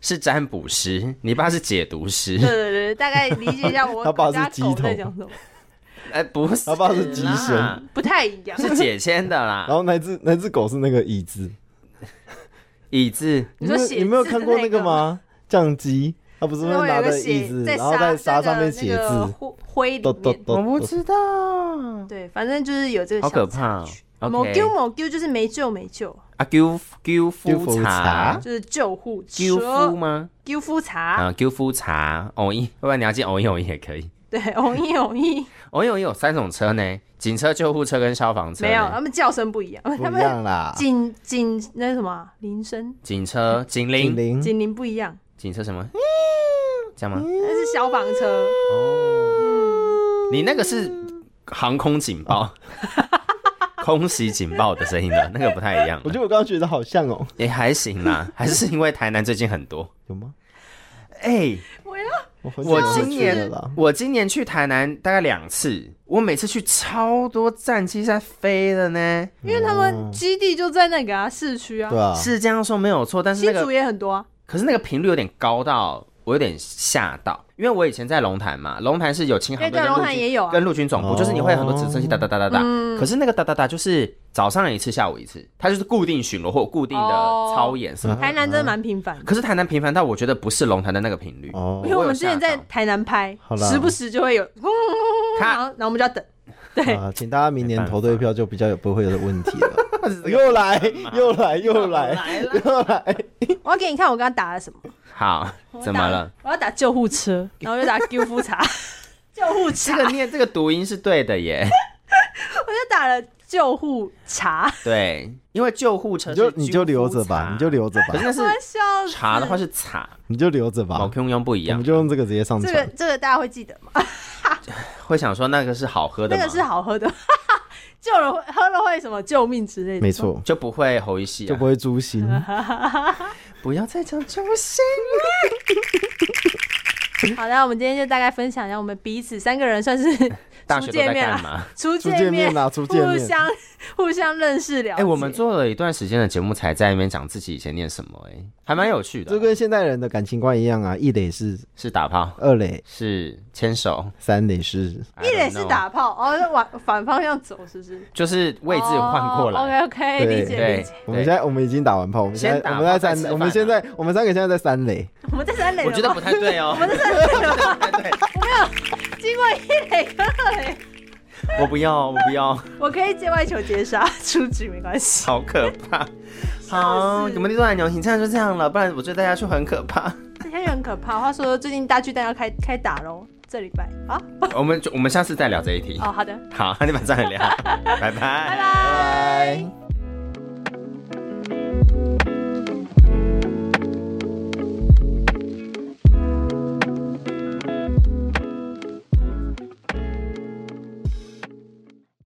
S2: 是占卜师，你爸是解读
S1: (laughs)
S3: 对
S2: 师，
S3: 对对，大概理解一下我
S1: 他爸是
S3: 家
S1: 鸡
S3: 狗
S1: 头
S3: 在讲什么，
S2: 哎，不是，
S1: 他爸是机
S2: 啦
S1: 身，
S3: 不太一样。
S2: 是解签的
S3: 啊
S2: 啦
S1: 然。后那只那只狗是那个椅子，
S2: 椅子，
S1: 你
S3: 你
S1: 没
S3: 说
S1: 有
S3: 写
S1: 你没有
S3: 字
S1: 看
S3: 的
S1: 过
S3: 那
S1: 那个
S3: 个
S1: 吗？降级，它不是
S3: 就
S1: 会
S3: 是会有
S1: 拿
S3: 一
S1: 着
S3: 个
S1: 椅
S3: 写
S1: 子，
S3: 在
S1: 然后在沙
S3: 沙
S1: 上面
S3: 那
S1: 写
S3: 个那个
S1: 字，
S3: 灰灰
S1: 都
S3: 里
S1: 都
S3: 面。
S1: 都都
S2: 知道，
S3: 对，反正就是有这个
S2: 好
S3: 小
S2: 可
S3: 插
S2: 怕哦
S3: 曲。。某
S2: OK，
S3: 丢某丢就是没救没救，
S2: 啊，丢丢
S1: 丢
S2: 夫
S1: 夫
S2: 茶
S1: 茶，
S3: 就是救护
S2: 丢夫
S3: 车
S2: 吗？
S3: 丢夫茶，
S2: 啊，丢夫茶，偶一，要不然你要进偶一偶一也可以。
S3: 对，偶一偶一
S2: 偶一偶一有三种车呢，警车、救护车跟消防车呢。
S3: 没有，他们叫声不一样，
S1: 不
S3: 他
S1: 一
S3: 们
S1: 样啊啦。
S3: 警警那是什么啊铃声
S2: 警车、警
S1: 警
S2: 铃、
S1: 铃，
S3: 警铃不一样，
S2: 警车什
S3: 嗯
S2: 么？这样吗？
S3: 那是消防车，
S2: 你那个是航空警
S3: (laughs)
S2: 报，空袭警报的声音啊了，那个不太一样
S1: 我。觉得我刚刚觉得好像哦，
S2: 也、还
S1: (laughs)
S2: 行啦，还是因为台南最近很多。
S1: 有吗？
S2: 哎、
S1: 我很
S2: 我
S1: 久没
S2: 今
S1: 去
S2: 年
S1: 了啦，
S2: 我今年去台南大概两次，我每次去超多战机在飞的呢。
S3: 因为他们基地就在那个啊市区啊
S1: 嗯对，啊，
S2: 是这样说没有错，但是那
S3: 新
S2: 个
S3: 竹也很多啊，
S2: 可是那个频率有点高到我有点吓到，因为我以前在龙潭嘛，龙潭是有轻航队
S3: 对对
S2: 跟陆
S3: 龙潭
S2: 军
S3: 也有啊
S2: 跟陆军总部，就是你会很多直升机
S1: 哦
S2: 哒哒哒哒哒，
S3: 嗯
S2: 可是那个哒哒哒就是早上一次，下午一次，它就是固定巡逻或固定的
S3: 哦
S2: 操演什么。
S3: 台南真的蛮频繁的，
S2: 可是台南频繁到我觉得不是龙潭的那个频率，
S1: 哦
S3: 因为我们之前
S2: 我
S3: 在
S2: 有吓到
S3: 台南拍
S1: 好，啦
S3: 时不时就会有，轰然 (laughs)
S2: 咔
S3: 后然后我们就要等，对，
S1: 啊，请大家明年投对票就比较有不会有的问题了。
S2: 这
S1: 又来又来又来又来，
S3: 我要给你看我刚刚打了什么。
S2: (laughs) 好
S3: 我
S2: 怎
S3: 打
S2: 么了？？
S3: 我要打救护车，然后
S2: (laughs)
S3: 就打救护茶，救护
S2: 这
S3: 茶，
S2: 个念这个读音是对的
S3: (laughs)
S2: 耶，
S3: 我就打了救护茶，
S2: 对，因为救护车
S1: 你
S2: 是
S1: 就你就
S2: 救
S1: 留
S2: 护
S1: 着吧
S2: 茶，
S1: 你就，留着
S2: 可是
S1: 吧，
S2: 那
S3: 我要
S2: 是
S3: 笑死。
S2: 茶的话是茶，
S1: 你就留着
S2: 某
S1: 吧，
S2: 平庸不一
S1: 我
S2: 样
S1: 们，就用这个直接上
S3: 这个
S1: 传。
S3: 这个大家会记得吗？
S2: 会想说那个是好喝的
S3: 那
S2: 吗？
S3: 个是好喝的， (laughs) 救了会喝了会什么救命之类的。
S1: 没，错，
S2: 就不会喉一系、
S1: 就
S2: 啊，
S1: 不会诛心。
S2: 不要再讲中心。
S3: 好的，我们今天就大概分享一下我们彼此三个人算是
S2: (laughs) 大
S3: 初
S2: 学都
S3: 见
S2: 在
S3: 面
S2: 干
S3: 啊，
S2: 嘛？
S3: 初
S1: 初见面
S3: 面
S1: 啦初见面
S3: 互相互相认识了
S2: 哎、
S3: 解。
S2: 我们做了一段时间的节目，才在那边讲自己以前念什么、哎，还蛮有趣的。
S1: 就跟现代人的感情观一样啊，一垒是
S2: 是打炮，
S1: 二垒，
S2: 是牵手，
S1: 三垒是
S2: I
S3: 一
S2: don't
S3: 脸是
S2: know，
S3: 打炮，哦，是往反方向走，是不是？
S2: 就是 (laughs) 位置换
S3: 哦
S2: 过来。
S3: OK OK，
S1: 对
S3: 哎理解理
S2: 对
S3: 解。，
S1: 我们现在我们已经打完炮，我们现
S2: 先
S1: 在
S2: 打炮
S1: 我们在
S2: 再吃饭
S1: 三，
S2: 啊
S1: 我们现在我们三个现在在三垒，
S3: 我们在三垒
S2: 对我
S3: 了吗，
S2: 觉
S3: (laughs)
S2: 得不太对哦，
S3: 经过一垒跟二垒， (laughs)
S2: 我不要，我不要，
S3: 我可以界外球截杀出局没关系。 (laughs)
S2: 好可怕。好，我们那段牛行现在就这样了，不然我觉得大家去很可怕。 (laughs)
S3: 这些人很可怕。话说最近大巨蛋要开开打喽，这礼拜啊，
S2: 我们就我们下次再聊这一题。
S3: 哦好的，
S2: 好，那你们再聊，拜拜
S3: 哦拜拜。
S1: 拜。